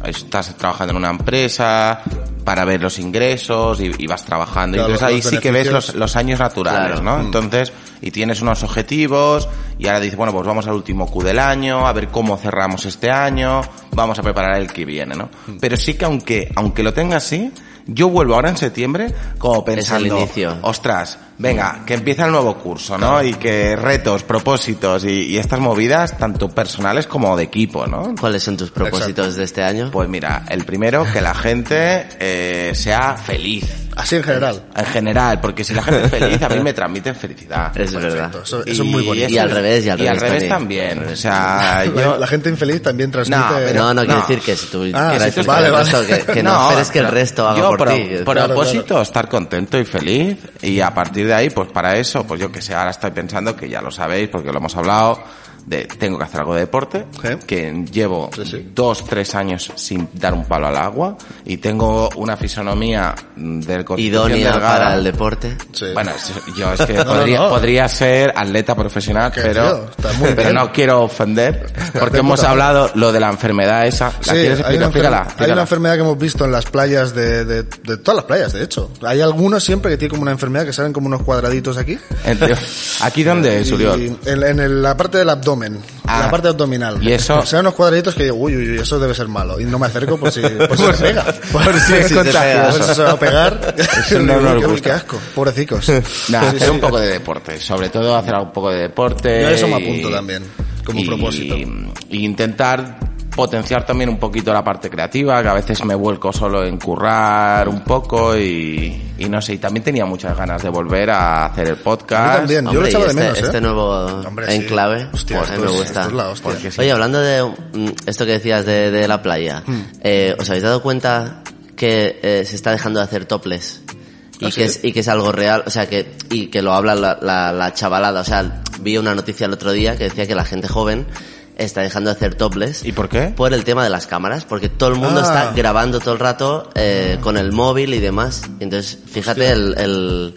Speaker 1: estás trabajando en una empresa para ver los ingresos y, y vas trabajando. Y
Speaker 2: Claro,
Speaker 1: entonces ahí
Speaker 2: los
Speaker 1: sí que ves los,
Speaker 2: beneficios.
Speaker 1: los años naturales,
Speaker 3: Claro. Mm.
Speaker 1: ¿no? Entonces, y tienes unos objetivos y ahora dices, bueno, pues vamos al último Q del año, a ver cómo cerramos este año, vamos a preparar el que viene, ¿no?
Speaker 3: Mm.
Speaker 1: Pero sí que aunque, aunque lo tenga así, yo vuelvo ahora en septiembre como pensando,
Speaker 3: el inicio. Mm.
Speaker 1: ostras, venga, que empieza el nuevo curso, ¿no? Y que retos, propósitos y, y estas movidas, tanto personales como de equipo, ¿no?
Speaker 3: ¿Cuáles son tus propósitos de este año?
Speaker 1: Pues mira, el primero, que la gente eh, sea feliz.
Speaker 2: Así en general.
Speaker 1: En general, porque si la gente es feliz, a mí me transmiten felicidad.
Speaker 3: Eso es
Speaker 2: Perfecto.
Speaker 3: verdad.
Speaker 2: Eso, eso es muy bonito.
Speaker 3: Y al revés, y al revés
Speaker 1: también.
Speaker 3: también.
Speaker 1: O sea,
Speaker 2: La-
Speaker 1: yo...
Speaker 2: la gente infeliz también transmite...
Speaker 1: No, pero-
Speaker 3: No, no, quiero
Speaker 1: No.
Speaker 3: decir que si tú...
Speaker 2: Ah,
Speaker 3: que
Speaker 2: si
Speaker 3: la-
Speaker 2: tú-
Speaker 3: que
Speaker 2: vale,
Speaker 3: el
Speaker 2: vale.
Speaker 3: resto- que, que no, esperes que el
Speaker 1: pero
Speaker 3: resto haga
Speaker 1: yo
Speaker 3: por
Speaker 1: pro-
Speaker 3: ti.
Speaker 2: Claro,
Speaker 1: propósito,
Speaker 2: claro.
Speaker 1: estar contento y feliz. Y a partir de ahí, pues para eso, pues yo que sé, ahora estoy pensando que ya lo sabéis porque lo hemos hablado, de tengo que hacer algo de deporte,
Speaker 2: Sí.
Speaker 1: que llevo
Speaker 2: Sí, sí.
Speaker 1: dos, tres años sin dar un palo al agua y tengo una fisonomía mm, del Constitución
Speaker 3: Idónea
Speaker 1: delgada.
Speaker 3: para el deporte.
Speaker 2: Sí.
Speaker 1: Bueno, es- yo es que
Speaker 2: no,
Speaker 1: podría,
Speaker 2: no.
Speaker 1: podría ser atleta profesional,
Speaker 2: Que, tío,
Speaker 1: pero,
Speaker 2: está muy
Speaker 1: pero
Speaker 2: bien.
Speaker 1: no quiero ofender, porque
Speaker 2: de
Speaker 1: hemos
Speaker 2: puta
Speaker 1: hablado lo de la enfermedad esa. ¿La
Speaker 2: Sí,
Speaker 1: quieres
Speaker 2: hay,
Speaker 1: explicar? Explícala,
Speaker 2: una enfer- hay una
Speaker 1: explícala.
Speaker 2: enfermedad que hemos visto en las playas de, de, de todas las playas, de hecho. Hay algunos siempre que tienen como una enfermedad que salen como unos cuadraditos aquí.
Speaker 1: Entiendo. ¿Aquí dónde es, Uriol?
Speaker 2: Y en, en el- la parte del abdomen.
Speaker 1: Ah.
Speaker 2: la parte abdominal.
Speaker 1: Y eso-
Speaker 2: O sea, unos cuadraditos que digo, uy, uy, uy, eso debe ser malo. Y no me acerco por si, por si se pega.
Speaker 1: Por si es
Speaker 2: Por si
Speaker 3: te pega.
Speaker 1: contagioso.
Speaker 2: se va a pegar.
Speaker 1: Eso no
Speaker 2: Digo,
Speaker 1: nos
Speaker 2: qué-
Speaker 1: gusta.
Speaker 2: qué asco. Pobrecicos.
Speaker 1: Nah,
Speaker 2: Sí,
Speaker 1: hacer
Speaker 2: sí.
Speaker 1: un poco de deporte, sobre todo hacer un poco de deporte.
Speaker 2: Yo a eso me
Speaker 1: y-
Speaker 2: apunto también, como propósito.
Speaker 1: y intentar potenciar también un poquito la parte creativa, que a veces me vuelco solo en currar un poco y, y no sé, y también tenía muchas ganas de volver a hacer el podcast.
Speaker 2: A mí también. Yo lo
Speaker 3: Hombre,
Speaker 2: echaba
Speaker 3: y
Speaker 2: de
Speaker 3: este,
Speaker 2: menos, ¿eh?
Speaker 3: este nuevo
Speaker 2: Hombre, sí.
Speaker 3: enclave,
Speaker 2: Hostia,
Speaker 3: pues,
Speaker 2: esto
Speaker 3: me
Speaker 2: es-
Speaker 3: gusta.
Speaker 2: esto es la hostia.
Speaker 1: Porque sí.
Speaker 3: Oye, hablando de mm, esto que decías de, de la playa,
Speaker 2: Hmm.
Speaker 3: eh, ¿os habéis dado cuenta que eh, se está dejando de hacer toples?
Speaker 2: ¿Ah,
Speaker 3: Y, que es, y que es algo real, o sea, que, y que lo habla la, la- la chavalada. O sea, vi una noticia el otro día que decía que la gente joven está dejando de hacer toples.
Speaker 1: ¿Y por qué?
Speaker 3: Por el tema de las cámaras, porque todo el mundo
Speaker 2: Ah.
Speaker 3: está grabando todo el rato eh, con el móvil y demás. Y Entonces, fíjate el, el,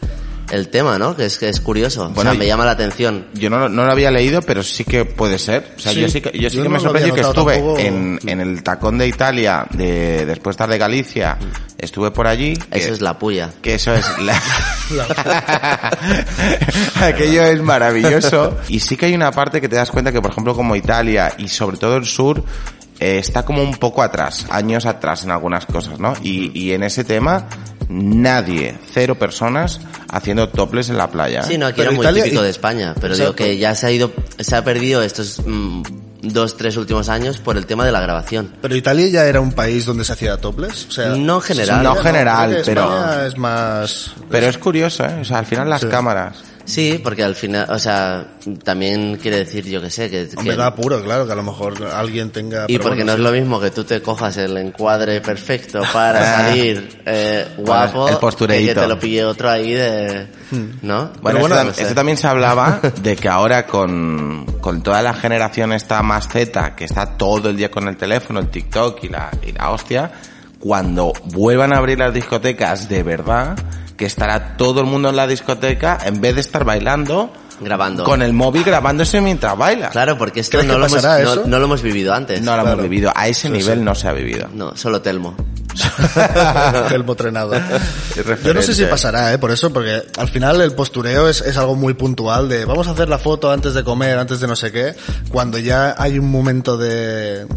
Speaker 3: el tema, ¿no? Que es, que es curioso.
Speaker 1: Bueno,
Speaker 3: o
Speaker 1: y-
Speaker 3: sea, me llama la atención.
Speaker 1: Yo no, no lo había leído, pero sí que puede ser. O sea,
Speaker 2: Sí,
Speaker 1: yo sí que, yo sí
Speaker 2: yo
Speaker 1: que
Speaker 2: no
Speaker 1: me
Speaker 2: lo
Speaker 1: sorprendió que
Speaker 2: había notado
Speaker 1: estuve
Speaker 2: tampoco.
Speaker 1: en, en el tacón de Italia, de, después de Galicia,
Speaker 2: Mm.
Speaker 1: estuve por allí. que-
Speaker 3: Eso es la puya.
Speaker 1: que eso es la... aquello es maravilloso y sí que hay una parte que te das cuenta que por ejemplo como Italia y sobre todo el sur eh, está como un poco atrás años atrás en algunas cosas no y, y en ese tema nadie cero personas haciendo toples en la playa ¿eh?
Speaker 3: Sí, no, aquí
Speaker 2: Ah. Pero
Speaker 3: era muy
Speaker 2: Italia-
Speaker 3: típico de España, pero digo
Speaker 2: Exacto.
Speaker 3: que ya se ha ido, se ha perdido estos mm, dos, tres últimos años por el tema de la grabación.
Speaker 2: Pero Italia ya era un país donde se hacía toples. O sea,
Speaker 3: No general.
Speaker 1: No
Speaker 2: creo
Speaker 1: general,
Speaker 2: que
Speaker 1: pero-
Speaker 2: España es más.
Speaker 1: pero es curioso ¿eh? o sea al final las
Speaker 2: Sí.
Speaker 1: cámaras
Speaker 3: Sí, porque al final, o sea, también quiere decir, yo que sé, que...
Speaker 2: Hombre,
Speaker 3: que-
Speaker 2: da apuro, claro, que a lo mejor alguien tenga.
Speaker 3: y
Speaker 2: pero
Speaker 3: porque
Speaker 2: bueno,
Speaker 3: no es lo mismo que tú te cojas el encuadre perfecto para salir eh, guapo
Speaker 1: el postureíto. Hmm.
Speaker 3: que que te lo pille otro ahí de... ¿No? eh,
Speaker 1: Bueno,
Speaker 3: No
Speaker 1: esto, tam-
Speaker 3: sé.
Speaker 2: ¿eh?
Speaker 1: esto también se hablaba de que ahora con, con toda la generación esta más Z, que está todo el día con el teléfono, el TikTok y la, y la hostia, cuando vuelvan a abrir las discotecas de verdad, que estará todo el mundo en la discoteca, en vez de estar bailando,
Speaker 3: Grabando.
Speaker 1: con el móvil grabándose mientras baila.
Speaker 3: Claro, porque esto
Speaker 2: ¿Crees que
Speaker 3: no lo, hemos,
Speaker 2: pasará
Speaker 3: no-
Speaker 2: eso?
Speaker 3: no lo hemos vivido antes.
Speaker 1: No lo
Speaker 2: Claro.
Speaker 1: hemos vivido, a ese
Speaker 2: Sí,
Speaker 1: nivel
Speaker 2: sí.
Speaker 1: no se ha vivido.
Speaker 3: No, solo Telmo.
Speaker 2: Telmo Trenado. Yo no
Speaker 1: referente.
Speaker 2: sé si pasará, ¿eh? Por eso, porque al final el postureo es, es algo muy puntual de vamos a hacer la foto antes de comer, antes de no sé qué, cuando ya hay un momento de...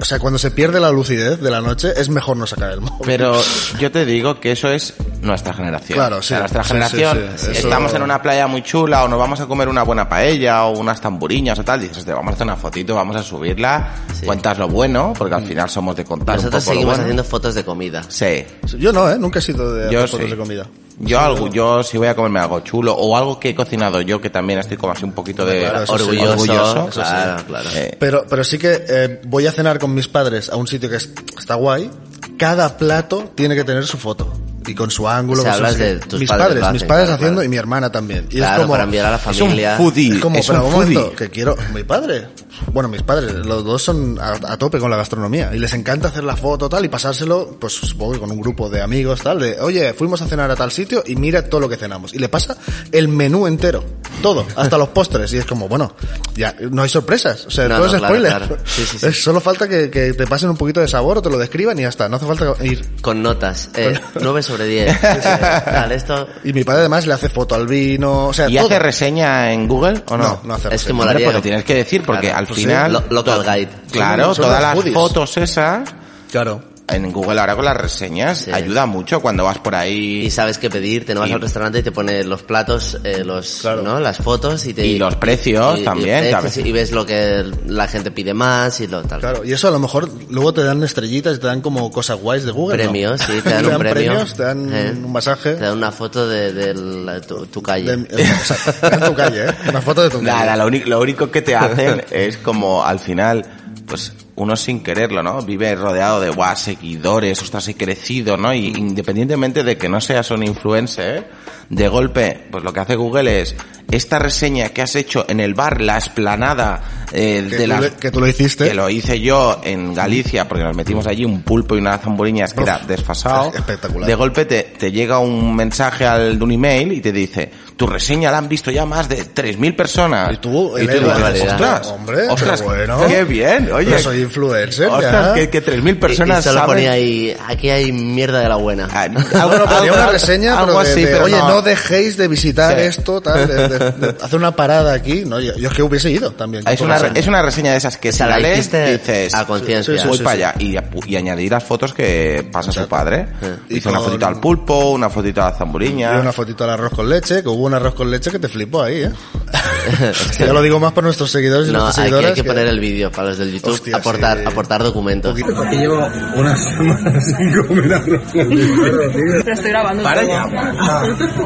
Speaker 2: O sea, cuando se pierde la lucidez de la noche, es mejor no sacar el móvil.
Speaker 1: Pero yo te digo que eso es nuestra generación.
Speaker 2: Claro,
Speaker 1: O sea,
Speaker 2: sí.
Speaker 1: nuestra
Speaker 2: Sí,
Speaker 1: generación.
Speaker 2: sí, sí. Eso-
Speaker 1: Estamos en una playa muy chula o nos vamos a comer una buena paella o unas tamburiñas o tal. Dices, "Hostia, vamos a hacer una fotito, vamos a subirla, cuentas lo bueno, porque
Speaker 2: Mm.
Speaker 1: al final somos de contar
Speaker 3: Nosotros
Speaker 1: un poco lo
Speaker 3: seguimos
Speaker 1: bueno".
Speaker 3: haciendo fotos de comida.
Speaker 1: Sí.
Speaker 2: Yo no, ¿eh? Nunca he sido de
Speaker 1: Yo
Speaker 2: hacer fotos
Speaker 1: sí.
Speaker 2: de comida.
Speaker 1: Yo algo, yo si voy a comerme algo chulo o algo que he cocinado yo que también estoy como así un poquito de
Speaker 2: Claro, eso sí.
Speaker 1: orgulloso.
Speaker 3: Orgulloso, claro, claro.
Speaker 1: Eh,
Speaker 2: Pero, pero sí que eh, voy a cenar con mis padres a un sitio que es- está guay. Cada plato tiene que tener su foto. Y con su ángulo.
Speaker 3: O sea,
Speaker 2: con su-
Speaker 3: hablas de tus
Speaker 2: mis
Speaker 3: padres lo
Speaker 2: padres,
Speaker 3: hacen,
Speaker 2: mis padres
Speaker 3: claro,
Speaker 2: haciendo
Speaker 3: claro.
Speaker 2: y mi hermana también. Y
Speaker 3: claro,
Speaker 2: es como,
Speaker 3: para enviar a la
Speaker 1: es un
Speaker 3: familia.
Speaker 1: foodie.
Speaker 2: Es como,
Speaker 1: es
Speaker 2: pero
Speaker 1: un
Speaker 2: un
Speaker 1: foodie.
Speaker 2: momento, que quiero, mi padre, bueno, mis padres, los dos son a, a tope con la gastronomía y les encanta hacer la foto tal y pasárselo, pues supongo que con un grupo de amigos tal, de, oye, fuimos a cenar a tal sitio y mira todo lo que cenamos. Y le pasa el menú entero, todo, hasta los postres. Y es como, bueno, ya, no hay sorpresas, o sea,
Speaker 3: No,
Speaker 2: todo
Speaker 3: no,
Speaker 2: es
Speaker 3: claro,
Speaker 2: spoiler.
Speaker 3: claro. Sí, sí, sí.
Speaker 2: Es- solo falta que, que te pasen un poquito de sabor o te lo describan y ya está, no hace falta ir
Speaker 3: Con notas. Eh, 9 sobre 10. Tal, esto...
Speaker 2: y mi padre además le hace foto al vino, o sea,
Speaker 1: ¿Y
Speaker 2: todo.
Speaker 1: hace reseña en Google o no?
Speaker 2: no, no hace
Speaker 3: Es que
Speaker 2: reseña.
Speaker 1: Hombre,
Speaker 3: molaría.
Speaker 1: porque tienes que decir, porque
Speaker 3: Claro,
Speaker 1: al
Speaker 3: pues sí.
Speaker 1: final...
Speaker 3: Lo- local
Speaker 1: to-
Speaker 3: guide.
Speaker 1: Claro,
Speaker 2: Son
Speaker 1: todas
Speaker 2: las
Speaker 1: las
Speaker 2: foodies.
Speaker 1: fotos esas...
Speaker 2: Claro.
Speaker 1: En Google ahora con las reseñas
Speaker 3: Sí.
Speaker 1: ayuda mucho cuando vas por ahí
Speaker 3: Y sabes qué pedir, te vas
Speaker 1: Y-
Speaker 3: al restaurante y te pone los platos, eh, los,
Speaker 2: Claro.
Speaker 3: ¿no? las fotos y te...
Speaker 1: Y los precios también,
Speaker 3: precios,
Speaker 1: ¿sabes?
Speaker 3: Y ves lo que la gente pide más y lo tal.
Speaker 2: Claro, y eso a lo mejor luego te dan estrellitas, te dan como cosas guays de Google. ¿no?
Speaker 3: Premios, sí, te dan un premio.
Speaker 2: premios, te dan
Speaker 3: Eh.
Speaker 2: un masaje.
Speaker 3: Te da una foto de, de la- tu, tu calle.
Speaker 2: de, o sea, te dan tu calle, ¿eh? Una foto de tu calle.
Speaker 1: Nada, lo, único, lo único que te hacen es como al final, pues uno sin quererlo, ¿no? Vive rodeado de guau, seguidores, ostras, he crecido, ¿no? Y independientemente de que no seas un influencer, de golpe, pues lo que hace Google es esta reseña que has hecho en el bar, la esplanada eh,
Speaker 2: que,
Speaker 1: de
Speaker 2: tú
Speaker 1: la...
Speaker 2: le- que tú lo hiciste.
Speaker 1: Que lo hice yo en Galicia, porque nos metimos allí un pulpo y unas zamburiñas que
Speaker 2: Uf,
Speaker 1: era desfasado.
Speaker 2: espectacular.
Speaker 1: De golpe te, te llega un mensaje al, de un email y te dice, tu reseña la han visto ya más de 3.000 personas.
Speaker 2: Y tú,
Speaker 1: y
Speaker 2: el
Speaker 1: tú
Speaker 2: héroe,
Speaker 1: dices,
Speaker 3: barbaridad.
Speaker 1: ostras,
Speaker 2: Hombre,
Speaker 1: ostras,
Speaker 2: pero bueno.
Speaker 1: qué bien, oye.
Speaker 2: Yo soy influencer,
Speaker 1: ostras,
Speaker 2: ya.
Speaker 1: que, que 3.000 personas
Speaker 3: y, y solo
Speaker 1: saben-
Speaker 3: ponía ahí, aquí hay mierda de la buena.
Speaker 1: Ah,
Speaker 2: Ah, bueno, ponía una reseña,
Speaker 1: algo
Speaker 2: pero, de-
Speaker 1: así,
Speaker 2: de,
Speaker 1: pero
Speaker 2: oye,
Speaker 1: no.
Speaker 2: no. dejéis de visitar
Speaker 1: Sí.
Speaker 2: esto, tal, de- de- hacer una parada aquí, no, yo, yo es que hubiese ido también.
Speaker 1: Es
Speaker 2: con
Speaker 1: una,
Speaker 2: esa-
Speaker 1: re- es una reseña de esas que
Speaker 3: sea,
Speaker 1: si la
Speaker 3: la
Speaker 1: lees
Speaker 3: hiciste
Speaker 1: dices
Speaker 3: a conciencia.
Speaker 1: voy
Speaker 2: Sí, sí, sí,
Speaker 1: para
Speaker 2: sí.
Speaker 1: allá y, apu- y añadir las fotos que pasa su padre
Speaker 2: Y
Speaker 1: hizo una
Speaker 2: con-
Speaker 1: fotito al pulpo una fotito a la
Speaker 2: Y
Speaker 1: zamburiña
Speaker 2: una fotito al arroz con leche, que hubo un arroz con leche que te flipó ahí, ¿eh? Es que yo lo digo más por nuestros seguidores y
Speaker 3: No,
Speaker 2: nuestras
Speaker 3: aquí hay
Speaker 2: seguidoras.
Speaker 3: que poner el vídeo para los del YouTube,
Speaker 2: Hostia,
Speaker 3: aportar,
Speaker 2: sí.
Speaker 3: aportar documentos.
Speaker 7: Porque llevo una semana sin comer arroz con leche.
Speaker 6: Te estoy grabando
Speaker 1: Para
Speaker 6: todo. Ah.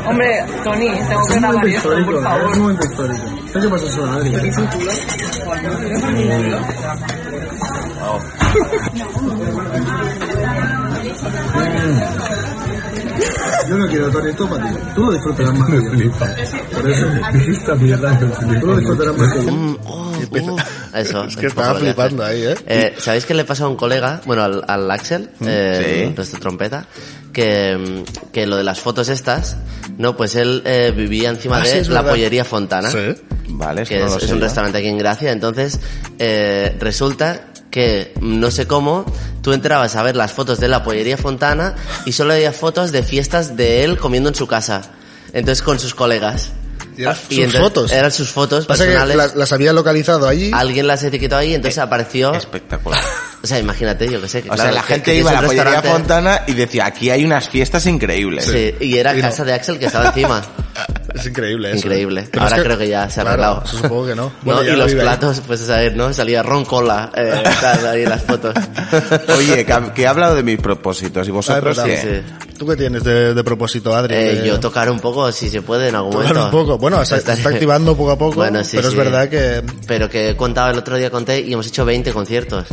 Speaker 6: Hombre, Tony, tengo
Speaker 7: Es
Speaker 6: que
Speaker 7: un
Speaker 6: grabar
Speaker 7: momento
Speaker 6: esto,
Speaker 7: histórico,
Speaker 6: por
Speaker 7: es un
Speaker 6: favor.
Speaker 7: momento histórico. ¿Esto qué pasa solo, Adri? Mm. Yo no quiero, Tony, esto para ti. Tú lo disfrutarás más que yo. Por eso, esta mierda me flipa. Tú lo disfrutarás más que yo.
Speaker 3: Mm, oh, oh. Eso.
Speaker 2: Es que estaba
Speaker 3: poco lo
Speaker 2: flipando
Speaker 3: haces.
Speaker 2: ahí, ¿eh?
Speaker 3: ¿Sabéis qué le pasa a un colega? Bueno, al, al Axel,
Speaker 2: Mm.
Speaker 3: eh,
Speaker 1: Sí.
Speaker 3: el resto trompeta, que, mm, que lo de las fotos estas, no, pues él eh, vivía encima
Speaker 2: Ah, sí,
Speaker 3: de
Speaker 2: es
Speaker 3: la
Speaker 2: verdad.
Speaker 3: pollería Fontana.
Speaker 2: Sí.
Speaker 1: vale eso
Speaker 3: que
Speaker 1: no
Speaker 3: es,
Speaker 1: lo
Speaker 3: es
Speaker 1: sé
Speaker 3: un
Speaker 1: yo.
Speaker 3: restaurante aquí en Gracia. Entonces, eh, resulta que, no sé cómo, tú entrabas a ver las fotos de la pollería Fontana y solo había fotos de fiestas de él comiendo en su casa. Entonces, con sus colegas.
Speaker 2: Y eran sus
Speaker 3: entonces-
Speaker 2: fotos.
Speaker 3: Eran sus fotos
Speaker 2: Pasa que Eh,
Speaker 3: personales.
Speaker 2: las, las había localizado allí.
Speaker 3: Alguien las etiquetó ahí, entonces apareció...
Speaker 1: espectacular
Speaker 3: O sea, imagínate, yo que sé. que
Speaker 1: o sea
Speaker 3: claro,
Speaker 1: la
Speaker 3: que-
Speaker 1: gente
Speaker 3: que
Speaker 1: iba a
Speaker 3: es
Speaker 1: la
Speaker 3: un
Speaker 1: pollería
Speaker 3: restaurante-
Speaker 1: Fontana y decía aquí hay unas fiestas increíbles
Speaker 3: Sí, y era
Speaker 2: pues, Y no.
Speaker 3: casa de Axel que estaba encima.
Speaker 2: Es increíble eso. ¿eh?
Speaker 3: Increíble.
Speaker 2: Pero
Speaker 3: Ahora
Speaker 2: es
Speaker 3: creo que ya se ha
Speaker 2: claro,
Speaker 3: arreglado.
Speaker 2: eso supongo que no.
Speaker 3: No,
Speaker 2: Bueno, ya
Speaker 3: y
Speaker 2: lo
Speaker 3: los
Speaker 2: vive ahí.
Speaker 3: platos, pues a ver, ¿no? Salía Ron Cola, eh, tal, ahí en las fotos. Eh,
Speaker 1: Oye, que, ha- que he hablado de mis propósitos y
Speaker 2: Ah, es
Speaker 1: vosotros
Speaker 2: verdad.
Speaker 1: qué?
Speaker 3: sí.
Speaker 2: ¿Tú qué tienes de, de propósito, Adri?
Speaker 3: Eh,
Speaker 2: De-
Speaker 3: yo tocar un poco, si se puede, en algún
Speaker 2: Tocar
Speaker 3: momento.
Speaker 2: un poco. Bueno, se- se está
Speaker 3: Estaré-
Speaker 2: activando poco a poco, pero es verdad que-
Speaker 3: Pero que he contado el otro día, conté, y hemos hecho 20 conciertos.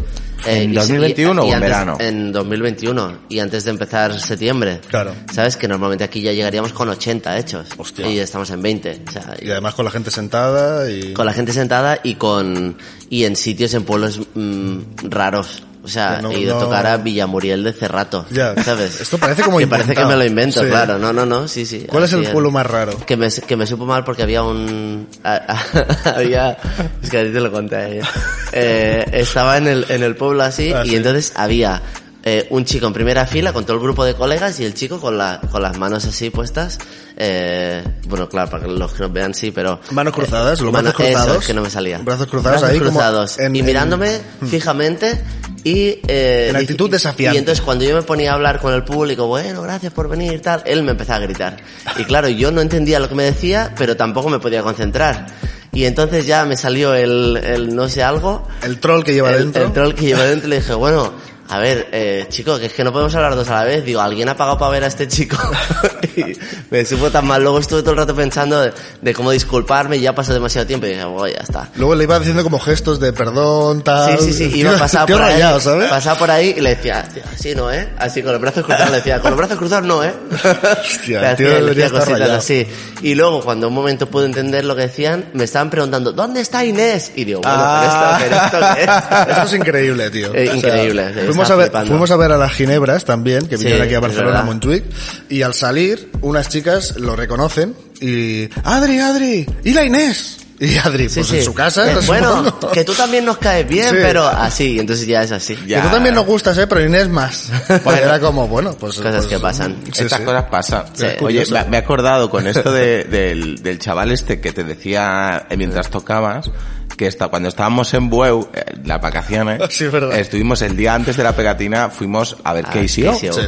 Speaker 3: Eh,
Speaker 1: ¿En
Speaker 3: y-
Speaker 1: 2021 o en
Speaker 3: antes-
Speaker 1: verano?
Speaker 3: En 2021, y antes de empezar septiembre.
Speaker 2: Claro.
Speaker 3: Sabes que normalmente aquí ya llegaríamos con 80 hechos.
Speaker 2: Hostia.
Speaker 3: Y estamos en 20. O sea,
Speaker 2: Y además con la gente sentada y...
Speaker 3: con la gente sentada y con y en sitios en pueblos mm, raros o sea,
Speaker 2: Que no-
Speaker 3: he ido a
Speaker 2: no-
Speaker 3: tocar a Villamuriel de Cerrato,
Speaker 2: Ya.
Speaker 3: ¿sabes?
Speaker 2: Esto parece como
Speaker 3: Que parece que
Speaker 2: inventado.
Speaker 3: me lo invento,
Speaker 2: Sí.
Speaker 3: claro. No, no, no, sí, sí.
Speaker 2: ¿Cuál es
Speaker 3: así
Speaker 2: el
Speaker 3: era.
Speaker 2: pueblo más raro?
Speaker 3: Que me, que me supo mal porque había un... a- a- había... Es que a ti te lo conté a ella. Eh, estaba en el, en el pueblo así
Speaker 2: Ah,
Speaker 3: y
Speaker 2: sí.
Speaker 3: entonces había eh, un chico en primera fila con todo el grupo de colegas y el chico con, la, con las manos así puestas. Eh, bueno, claro, para que los que nos vean sí, pero... eh,
Speaker 2: Manos cruzadas, los
Speaker 3: Mano-
Speaker 2: brazos cruzados.
Speaker 3: Eso, es que no me salía.
Speaker 2: Brazos cruzados ahí como
Speaker 3: cruzados.
Speaker 2: en- Hmm.
Speaker 3: y
Speaker 2: en-
Speaker 3: mirándome fijamente y... eh,
Speaker 2: En
Speaker 3: y-
Speaker 2: actitud desafiante.
Speaker 3: Y entonces cuando yo me ponía a hablar con el público, bueno, gracias por venir, tal, él me empezaba a gritar. Y claro, yo no entendía lo que me decía, pero tampoco me podía concentrar. Y entonces ya me salió el, el no sé algo,
Speaker 2: El troll que lleva
Speaker 3: el,
Speaker 2: dentro.
Speaker 3: el troll que lleva dentro y le dije, bueno, a ver, eh, chico, que es que no podemos hablar dos a la vez. Digo, alguien ha pagado para ver a este chico. y me supo tan mal. Luego estuve todo el rato pensando de, de cómo disculparme y ya pasó demasiado tiempo y dije, bueno, ya está.
Speaker 2: Luego le iba haciendo como gestos de perdón,
Speaker 3: Sí,
Speaker 2: tal...
Speaker 3: sí, sí, Ah, iba
Speaker 2: Tío-
Speaker 3: pasaba
Speaker 2: tío
Speaker 3: por ahí,
Speaker 2: rayado, ¿sabes?
Speaker 3: pasaba por ahí y le decía, "Tío, así no, ¿eh? Así con los brazos cruzados le decía, con los brazos cruzados no, ¿eh?
Speaker 2: Hostia, el tío debería estar rayado.
Speaker 3: así. Y luego cuando un momento pude entender lo que decían, me estaban preguntando, ¿dónde está Inés? Y digo, bueno,
Speaker 1: Ah.
Speaker 3: pero esto, pero esto qué es?
Speaker 2: Esto es increíble, tío.
Speaker 3: Eh, increíble, sí,
Speaker 2: fuimos,
Speaker 3: está
Speaker 2: a ver,
Speaker 3: flipando.
Speaker 2: fuimos a ver a las Ginebras también, que
Speaker 3: Sí,
Speaker 2: vinieron aquí a
Speaker 3: es
Speaker 2: Barcelona, a
Speaker 3: verdad.
Speaker 2: Montjuic, y al salir, unas chicas lo reconocen y... ¡Adri, Adri! ¡Y la Inés! Y Adri,
Speaker 3: Sí,
Speaker 2: pues
Speaker 3: sí.
Speaker 2: en su casa.
Speaker 3: Eh, Bueno,
Speaker 2: supongo.
Speaker 3: que tú también nos caes bien,
Speaker 2: Sí.
Speaker 3: pero así, entonces ya es así.
Speaker 1: Ya.
Speaker 2: Que tú también nos gustas, ¿eh? Pero Inés más.
Speaker 1: Bueno.
Speaker 2: Era como, bueno, pues...
Speaker 3: Cosas
Speaker 2: pues,
Speaker 3: que pasan.
Speaker 2: sí,
Speaker 1: Estas
Speaker 2: sí.
Speaker 1: cosas pasan.
Speaker 2: Sí. Es
Speaker 1: Oye,
Speaker 2: curioso.
Speaker 1: me, me he acordado con esto de- del, del chaval este que te decía eh, mientras tocabas, que esta- cuando estábamos en Bueu, eh, las vacaciones,
Speaker 2: Sí, es verdad.
Speaker 1: estuvimos el día antes de la pegatina, fuimos a ver
Speaker 3: Ah,
Speaker 1: KCO.
Speaker 3: KCO.
Speaker 2: Sí.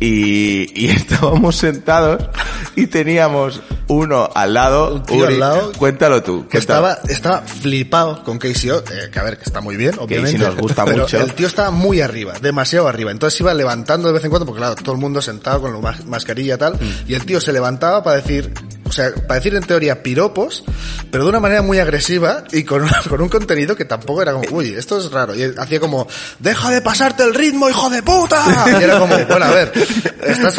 Speaker 1: Y, y estábamos sentados y teníamos uno al lado.
Speaker 2: Un tío al lado.
Speaker 1: Cuéntalo tú.
Speaker 2: Que
Speaker 1: cuéntalo.
Speaker 2: estaba, estaba flipado con KCO, eh, que a ver, que está muy bien, obviamente.
Speaker 1: nos gusta
Speaker 2: pero
Speaker 1: mucho.
Speaker 2: El tío estaba muy arriba, demasiado arriba. Entonces iba levantando de vez en cuando, porque claro, todo el mundo sentado con la ma- mascarilla y tal.
Speaker 1: Mm.
Speaker 2: Y el tío se levantaba para decir, o sea, para decir en teoría piropos, pero de una manera muy agresiva y con, una- con un contenido que tampoco era como,
Speaker 1: Eh.
Speaker 2: uy, esto es raro. Y él hacía como, deja de pasarte el ritmo, hijo de puta. Y era como, bueno, a ver, ¿estás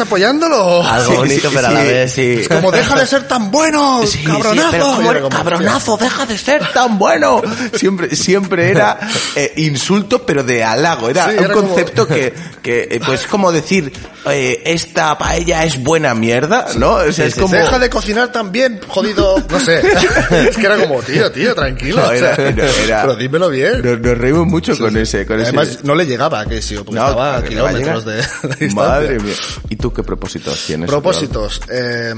Speaker 2: apoyándolo? o-
Speaker 3: Algo
Speaker 1: Sí,
Speaker 3: bonito,
Speaker 1: sí,
Speaker 3: pero a la
Speaker 1: sí,
Speaker 3: vez.
Speaker 1: sí.
Speaker 2: Es como, deja de ser tan bueno,
Speaker 1: Sí, sí,
Speaker 2: cabronazo.
Speaker 1: pero
Speaker 2: Y
Speaker 1: ¿cómo
Speaker 2: era
Speaker 1: eres
Speaker 2: como,
Speaker 1: cabronazo, deja de ser tan bueno. Siempre, siempre era eh, insulto, pero de halago. Era
Speaker 2: Sí,
Speaker 1: un
Speaker 2: era como-
Speaker 1: concepto que, que, eh, pues como decir, eh, esta paella es buena mierda, ¿no? O sea, es como...
Speaker 2: Deja de cocinar también, jodido. No sé. es que era como, tío, tío, tranquilo.
Speaker 1: No, era-
Speaker 2: o sea,
Speaker 1: era- era-
Speaker 2: Pero dímelo bien.
Speaker 1: Nos, nos reímos mucho con ese, con ese.
Speaker 2: Además, no le llegaba a Casey, porque
Speaker 1: No,
Speaker 2: estaba a
Speaker 1: que le va a
Speaker 2: kilómetros de, de
Speaker 1: llegar.
Speaker 2: distancia.
Speaker 1: Madre mía. ¿Y tú qué propósitos tienes?
Speaker 2: Propósitos. eh,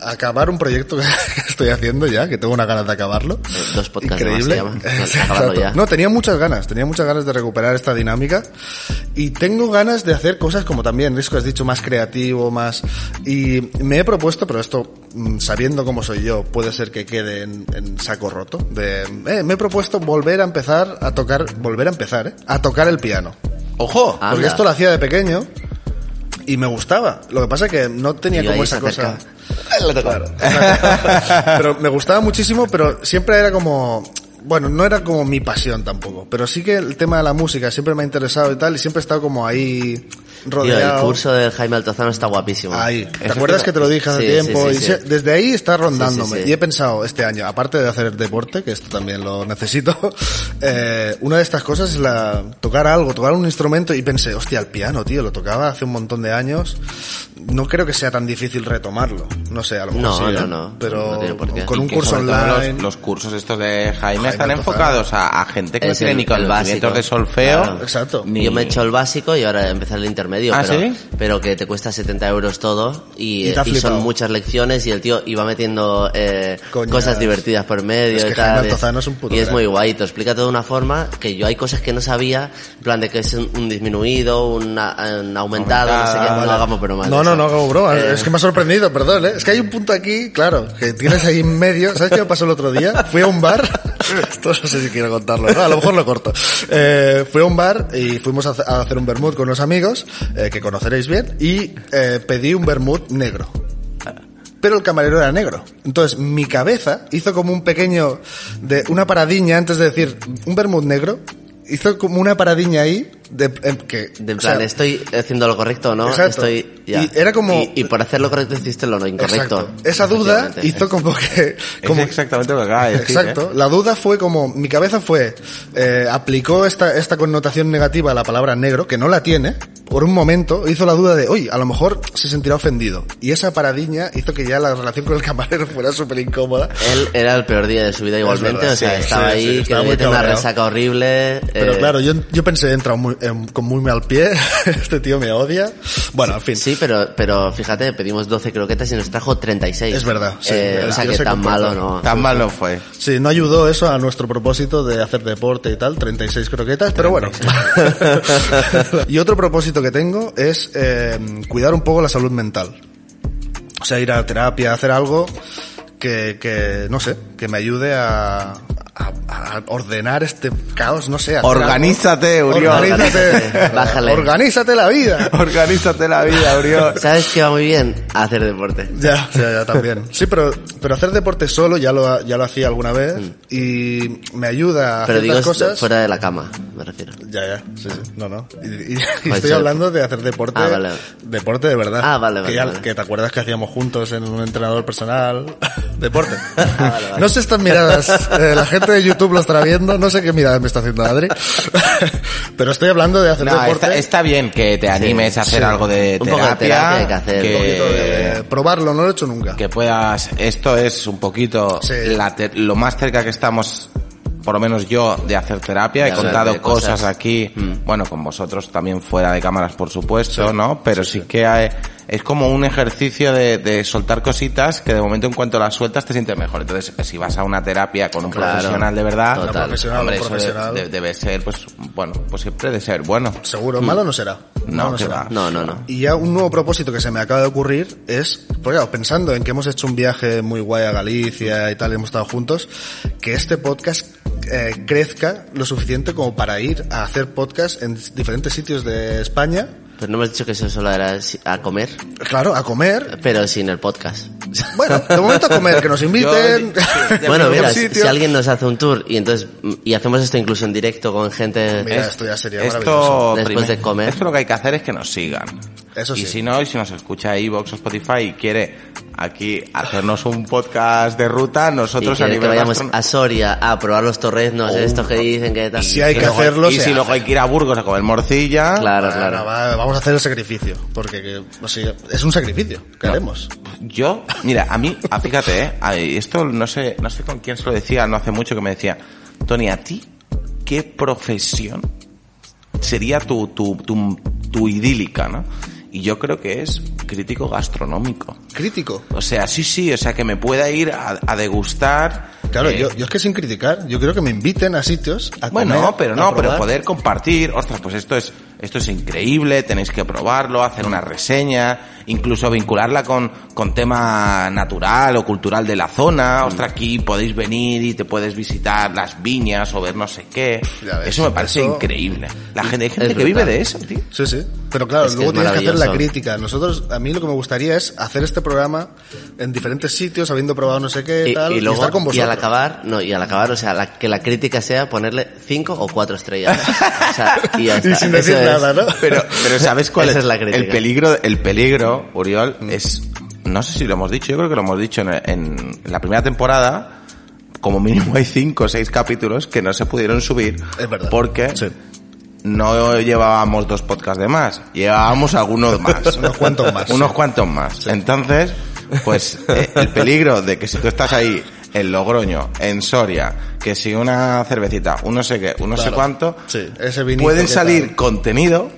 Speaker 2: acabar un proyecto que estoy haciendo ya, que tengo una ganas de acabarlo.
Speaker 3: Eh, Dos podcasts más se
Speaker 2: Increíble.
Speaker 3: llama. Acabarlo
Speaker 2: Exacto.
Speaker 3: ya.
Speaker 2: No, tenía muchas ganas, tenía muchas ganas de recuperar esta dinámica y tengo ganas de hacer cosas como también, Risco, has dicho, más creativo, más... Y me he propuesto, pero esto, mm, sabiendo cómo soy yo, puede ser que quede en, en saco roto, de... eh, me he propuesto volver a empezar a tocar, volver a empezar, ¿eh? A tocar el piano.
Speaker 1: ¡Ojo!
Speaker 3: Ah.
Speaker 2: Porque
Speaker 3: Anda.
Speaker 2: esto lo hacía de pequeño y me gustaba. Lo que pasa es que no tenía
Speaker 3: Y
Speaker 2: como
Speaker 3: ahí
Speaker 2: esa
Speaker 3: se
Speaker 2: cosa.
Speaker 3: acerca.
Speaker 2: Claro. pero me gustaba muchísimo, pero siempre era como. Bueno, no era como mi pasión tampoco, pero sí que el tema de la música siempre me ha interesado y tal, y siempre he estado como ahí
Speaker 3: Tío,
Speaker 2: rodeado.
Speaker 3: el curso del Jaime Altozano está guapísimo.
Speaker 2: Ahí. ¿Te
Speaker 3: Eso
Speaker 2: acuerdas que te lo dije hace
Speaker 3: Sí, sí,
Speaker 2: tiempo?
Speaker 3: sí,
Speaker 2: y
Speaker 3: sí.
Speaker 2: se- desde ahí está rondándome.
Speaker 3: Sí, sí, sí.
Speaker 2: Y he pensado este año, aparte de hacer deporte, que esto también lo necesito, eh, una de estas cosas es la tocar algo, tocar un instrumento y pensé, hostia, el piano, tío, lo tocaba hace un montón de años. No creo que sea tan difícil retomarlo. No sé, a lo mejor
Speaker 3: No,
Speaker 2: sí,
Speaker 3: no,
Speaker 2: ¿eh?
Speaker 3: no.
Speaker 2: Pero
Speaker 3: No tiene por qué.
Speaker 2: con
Speaker 1: Y
Speaker 2: un
Speaker 1: que
Speaker 2: curso
Speaker 1: sobre todo
Speaker 2: online.
Speaker 1: Los, los cursos estos de Jaime,
Speaker 2: Jaime
Speaker 1: están
Speaker 2: Altozano.
Speaker 1: enfocados a, a gente que
Speaker 3: Es
Speaker 1: no tiene
Speaker 3: el-
Speaker 1: ni
Speaker 3: el
Speaker 1: conocimientos
Speaker 3: básico.
Speaker 1: de solfeo.
Speaker 3: Claro.
Speaker 2: Exacto.
Speaker 1: ni-
Speaker 3: Yo me he hecho el básico y ahora empezar el intermedio,
Speaker 1: ¿Ah,
Speaker 3: pero,
Speaker 1: sí?
Speaker 3: pero que te cuesta 70 euros todo y,
Speaker 2: Y te ha
Speaker 3: y son
Speaker 2: flipado.
Speaker 3: muchas lecciones y el tío iba metiendo eh,
Speaker 2: Coñas.
Speaker 3: cosas divertidas por medio
Speaker 2: Es que
Speaker 3: y tal.
Speaker 2: Jaime Altozano es un puto
Speaker 3: y es
Speaker 2: crack.
Speaker 3: muy guay, te explica todo de una forma que yo hay cosas que no sabía, en plan de que es un, un disminuido, una- un aumentado, no sé
Speaker 1: Aumentada,
Speaker 3: qué, no
Speaker 1: vale.
Speaker 3: lo hagamos pero más.
Speaker 2: Ah, No, no,
Speaker 3: eso.
Speaker 2: no, no, bro.
Speaker 3: Eh,
Speaker 2: es que me ha sorprendido, perdón, ¿eh? Es que hay un punto aquí, claro, que tienes ahí en medio. ¿Sabes qué me pasó el otro día? Fui a un bar. Esto no sé si quiero contarlo, ¿no? A lo mejor lo corto. Eh, fui a un bar y fuimos a, hace- a hacer un vermut con unos amigos, eh, que conoceréis bien, y eh, pedí un vermut negro. Pero el camarero era negro. Entonces, mi cabeza hizo como un pequeño, de una paradiña antes de decir, un vermut negro, hizo como una paradiña ahí, de, em, que,
Speaker 3: De en
Speaker 2: o
Speaker 3: plan,
Speaker 2: sea,
Speaker 3: estoy haciendo lo correcto, ¿no?
Speaker 2: Exacto.
Speaker 3: Estoy, ya.
Speaker 2: Y era como-
Speaker 3: Y, y por hacer lo correcto hiciste lo incorrecto.
Speaker 2: Exacto. Esa duda
Speaker 3: Efectivamente.
Speaker 2: hizo como que...
Speaker 1: es
Speaker 2: Como,
Speaker 1: exactamente lo que acaba de decir.
Speaker 2: exacto.
Speaker 1: ¿eh?
Speaker 2: La duda fue como... Mi cabeza fue... eh, aplicó esta, esta connotación negativa a la palabra negro, que no la tiene. Por un momento hizo la duda de, oye, a lo mejor se sentirá ofendido. Y esa paradiña hizo que ya la relación con el camarero fuera súper incómoda.
Speaker 3: Él era el peor día de su vida igualmente,
Speaker 2: verdad,
Speaker 3: o sea,
Speaker 2: sí,
Speaker 3: estaba
Speaker 2: sí,
Speaker 3: ahí,
Speaker 2: sí,
Speaker 3: que
Speaker 2: estaba muy
Speaker 3: debía tener una
Speaker 2: cabreado.
Speaker 3: resaca horrible.
Speaker 2: Pero
Speaker 3: eh,
Speaker 2: claro, yo, yo pensé, he entrado muy- em, con muy mal pie, este tío me odia. Bueno, en fin.
Speaker 3: Sí, pero, pero fíjate, pedimos 12 croquetas y nos trajo 36.
Speaker 2: Es verdad, sí,
Speaker 3: Eh,
Speaker 2: el
Speaker 3: o sea
Speaker 2: tío
Speaker 3: que
Speaker 2: se
Speaker 3: tan
Speaker 2: comporta.
Speaker 3: malo no.
Speaker 1: Tan mal no fue.
Speaker 2: Sí, no ayudó eso a nuestro propósito de hacer deporte y tal, 36 croquetas, pero bueno. y otro propósito que tengo es eh, cuidar un poco la salud mental. O sea, ir a terapia, hacer algo que, que no sé, que me ayude a, a- a ordenar este caos, no sé. hacer algo.
Speaker 1: Organízate, Uriol.
Speaker 2: Organízate.
Speaker 3: Bájale.
Speaker 2: Organízate la vida.
Speaker 1: Organízate la vida, Uriol.
Speaker 3: ¿Sabes qué va muy bien? Hacer deporte.
Speaker 2: Ya, ya, ya, también. Sí, pero, pero hacer deporte solo ya lo, ha- ya lo hacía alguna vez y me ayuda a
Speaker 3: Mm. Pero
Speaker 2: hacer
Speaker 3: digo
Speaker 2: las cosas.
Speaker 3: fuera de la cama, me refiero.
Speaker 2: Ya, ya, sí, sí. No, no. Y, y- y
Speaker 3: sí.
Speaker 2: estoy hablando de hacer deporte.
Speaker 3: Ah, vale.
Speaker 2: Deporte de verdad.
Speaker 3: Ah, vale, vale,
Speaker 2: que, ya-
Speaker 3: vale.
Speaker 2: que te acuerdas que hacíamos juntos en un entrenador personal. deporte. No sé estas miradas. eh, la gente de YouTube lo estará viendo. No sé qué miradas me está haciendo Adri. Pero estoy hablando de hacer
Speaker 1: No,
Speaker 2: deporte.
Speaker 1: está, está bien que te animes a hacer
Speaker 2: sí.
Speaker 1: algo de
Speaker 3: Un poco de
Speaker 1: terapia.
Speaker 3: terapia hay que hacer.
Speaker 1: que-
Speaker 3: Un poquito
Speaker 2: Eh, probarlo, no lo he hecho nunca.
Speaker 1: que puedas. Esto es un poquito
Speaker 2: Sí.
Speaker 1: la te- lo más cerca que estamos, por lo menos yo, de hacer terapia.
Speaker 3: De
Speaker 1: He
Speaker 3: hablar de
Speaker 1: contado
Speaker 3: cosas. Mm.
Speaker 1: cosas. aquí, bueno, con vosotros también fuera de cámaras, por supuesto, ¿no? Pero sí, que hay- es como un ejercicio de, de soltar cositas que de momento en cuanto las sueltas te sientes mejor. Entonces, si vas a una terapia con un
Speaker 3: Claro.
Speaker 1: profesional de verdad,
Speaker 3: Total.
Speaker 2: Un profesional,
Speaker 1: hombre,
Speaker 2: un
Speaker 1: eso de-
Speaker 2: profesional.
Speaker 1: de- debe ser, pues, bueno, pues siempre de ser bueno.
Speaker 2: Seguro, malo no será. Malo
Speaker 1: No, que va.
Speaker 3: No, no, no.
Speaker 2: Y ya un nuevo propósito que se me acaba de ocurrir es, pues claro, pensando en que hemos hecho un viaje muy guay a Galicia y tal, y hemos estado juntos, que este podcast eh, crezca lo suficiente como para ir a hacer podcast en diferentes sitios de España,
Speaker 3: Pero Pues no me has dicho que eso solo era si- a comer,
Speaker 2: claro, a comer.
Speaker 3: pero sin el podcast.
Speaker 2: Bueno, de momento a comer, que nos inviten.
Speaker 1: Yo- sí, ya-
Speaker 3: Bueno,
Speaker 2: Algún
Speaker 3: mira, si
Speaker 2: sitio.
Speaker 3: si alguien nos hace un tour y entonces y hacemos esto incluso en directo con gente
Speaker 2: Mira, esto ya sería maravilloso.
Speaker 1: Esto,
Speaker 3: Después de comer.
Speaker 1: esto lo que hay que hacer es que nos sigan.
Speaker 2: Eso sí.
Speaker 1: Y si no, y si nos escucha iVox o Spotify y quiere aquí hacernos un podcast de ruta,
Speaker 3: y
Speaker 1: nosotros a
Speaker 3: que, que
Speaker 1: nivel
Speaker 3: vayamos
Speaker 1: gastron-
Speaker 3: a Soria a probar los torreznos, estos que dicen que tal.
Speaker 2: Oh. Si hay
Speaker 1: y
Speaker 2: que
Speaker 1: luego-
Speaker 2: hacerlo,
Speaker 1: Y
Speaker 2: se
Speaker 1: si luego
Speaker 2: hace.
Speaker 1: hay que ir a Burgos a comer morcilla,
Speaker 2: Ah,
Speaker 3: Claro,
Speaker 2: Bueno,
Speaker 3: claro.
Speaker 2: va- vamos a hacer el sacrificio, porque que- o sea, es un sacrificio que haremos.
Speaker 1: yo, mira, a mí, ah, fíjate, eh, a- esto no sé, no sé con quién se lo decía, no hace mucho que me decía, Tony, ¿a ti qué profesión sería tu, tu, tu, tu idílica, ¿no? Y yo creo que es crítico gastronómico.
Speaker 2: Crítico.
Speaker 1: O sea, sí, sí, o sea, que me pueda ir a, a degustar.
Speaker 2: Claro,
Speaker 1: eh,
Speaker 2: yo, yo es que sin criticar, yo quiero que me inviten a sitios a
Speaker 1: Bueno,
Speaker 2: comer,
Speaker 1: pero
Speaker 2: a
Speaker 1: no, pero
Speaker 2: probar.
Speaker 1: poder compartir, ostras, pues esto es, esto es increíble, tenéis que probarlo, hacer una reseña, incluso vincularla con, con tema natural o cultural de la
Speaker 2: Mm.
Speaker 1: zona, ostras, aquí podéis venir y te puedes visitar las viñas o ver no sé qué.
Speaker 2: Ya ves,
Speaker 1: eso me parece
Speaker 2: eso-
Speaker 1: increíble. La gente, hay gente
Speaker 3: Es
Speaker 1: que vive
Speaker 3: brutal.
Speaker 1: de eso, tío.
Speaker 2: Sí, sí. Pero claro,
Speaker 3: Es que
Speaker 2: luego
Speaker 3: es
Speaker 2: tienes que hacer la
Speaker 3: maravilloso.
Speaker 2: crítica. Nosotros, a mí lo que me gustaría es hacer este programa en diferentes sitios, habiendo probado no sé qué,
Speaker 3: Y,
Speaker 2: tal,
Speaker 3: y
Speaker 2: y,
Speaker 3: luego,
Speaker 2: estar con
Speaker 3: y al
Speaker 2: vosotros.
Speaker 3: acabar, no, y al acabar, o sea, la- que la crítica sea ponerle cinco o cuatro estrellas. O sea, y ya
Speaker 2: Y
Speaker 3: está.
Speaker 2: sin decir
Speaker 3: Eso es-
Speaker 2: nada, ¿no?
Speaker 1: Pero, pero ¿sabes cuál
Speaker 3: Esa es la crítica.
Speaker 1: El peligro, el peligro, Uriol, es, no sé si lo hemos dicho, yo creo que lo hemos dicho en, en la primera temporada, como mínimo hay cinco o seis capítulos que no se pudieron subir.
Speaker 2: Es verdad.
Speaker 1: Porque
Speaker 2: Sí.
Speaker 1: no llevábamos dos podcasts de más, llevábamos algunos más.
Speaker 2: Unos cuantos más.
Speaker 1: Unos cuantos más. Entonces, pues eh, el peligro de que si tú estás ahí en Logroño, en Soria, que si una cervecita, un no sé qué, un no sé
Speaker 2: Claro.
Speaker 1: cuánto,
Speaker 2: Sí, ese vinito
Speaker 1: pueden
Speaker 2: que
Speaker 1: salir
Speaker 2: tal.
Speaker 1: contenido,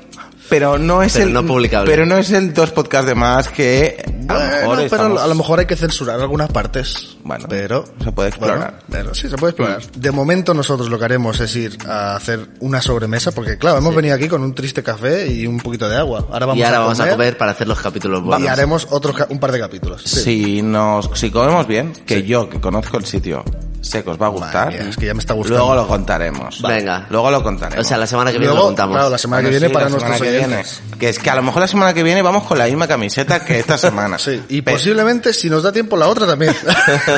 Speaker 1: pero no es
Speaker 3: Pero
Speaker 1: el
Speaker 3: no publicable.
Speaker 1: Pero no es el dos podcasts de más que a lo
Speaker 2: Bueno,
Speaker 1: mejor
Speaker 2: pero
Speaker 1: estamos-
Speaker 2: a lo mejor hay que censurar algunas partes.
Speaker 1: Bueno,
Speaker 2: pero
Speaker 1: se puede explorar.
Speaker 2: bueno, pero sí, se puede explorar. De momento nosotros lo que haremos es ir a hacer una sobremesa, porque claro, hemos venido aquí con un triste café y un poquito de agua. Ahora vamos,
Speaker 3: y ahora
Speaker 2: a,
Speaker 3: vamos
Speaker 2: comer
Speaker 3: a comer para hacer los capítulos buenos.
Speaker 2: y haremos otros ca- un par de capítulos. Sí.
Speaker 1: Si nos si comemos bien, que yo que conozco el sitio, sé que os va a gustar.
Speaker 2: mía, es que ya me está gustando.
Speaker 1: Luego lo contaremos.
Speaker 3: Vale. Venga.
Speaker 1: Luego lo contaremos.
Speaker 3: O sea, la semana que viene
Speaker 2: Luego,
Speaker 3: lo contamos.
Speaker 2: claro, la semana que
Speaker 1: Bueno,
Speaker 2: viene
Speaker 1: sí,
Speaker 2: para
Speaker 1: la semana
Speaker 2: nuestros
Speaker 1: que viene.
Speaker 2: oyentes.
Speaker 1: Que es que a lo mejor la semana que viene vamos con la misma camiseta que esta semana.
Speaker 2: Sí, y
Speaker 1: Pe-
Speaker 2: posiblemente si nos da tiempo la otra también.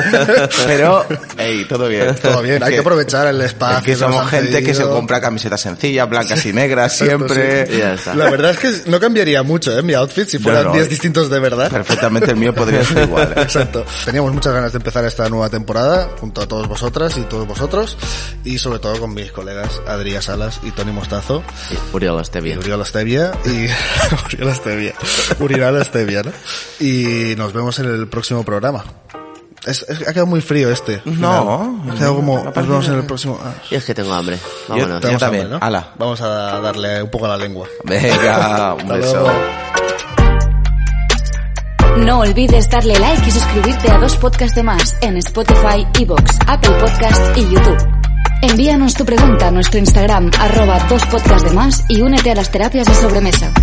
Speaker 1: Pero, ey, todo bien.
Speaker 2: Todo bien, hay que aprovechar el espacio.
Speaker 1: Es que
Speaker 2: nos
Speaker 1: somos
Speaker 2: han
Speaker 1: gente que se
Speaker 2: cedido.
Speaker 1: compra camisetas sencillas, blancas y negras siempre.
Speaker 3: sí. Ya está.
Speaker 2: La verdad es que no cambiaría mucho, ¿eh? Mi outfit si fueran
Speaker 1: no.
Speaker 2: 10 distintos de verdad.
Speaker 1: Perfectamente el mío podría ser igual. ¿eh?
Speaker 2: Exacto. Teníamos muchas ganas de empezar esta nueva temporada junto a todos vosotras y todos vosotros y sobre todo con mis colegas Adrián Salas y Tony Mostazo
Speaker 3: Sí, Uriol, esté
Speaker 2: y
Speaker 3: bien.
Speaker 2: Uriol Estevia y Uriol Estevia. Uriol Estevia, ¿no? Y nos vemos en el próximo programa. Es- es- ha quedado muy frío este.
Speaker 1: No.
Speaker 2: final. Ha quedado como
Speaker 1: Me
Speaker 2: nos
Speaker 1: parece-
Speaker 2: vemos en el próximo. ah.
Speaker 3: Y es que tengo hambre. Vámonos.
Speaker 1: Yo también.
Speaker 2: hambre,
Speaker 1: Ala.
Speaker 2: Vamos a darle un poco a la lengua.
Speaker 1: Venga, un
Speaker 2: Hasta
Speaker 1: beso.
Speaker 2: luego.
Speaker 4: No olvides darle like y suscribirte a dos podcasts de más en Spotify, Evox, Apple Podcast y YouTube. Envíanos tu pregunta a nuestro Instagram, arroba dos podcasts de más y únete a las terapias de sobremesa.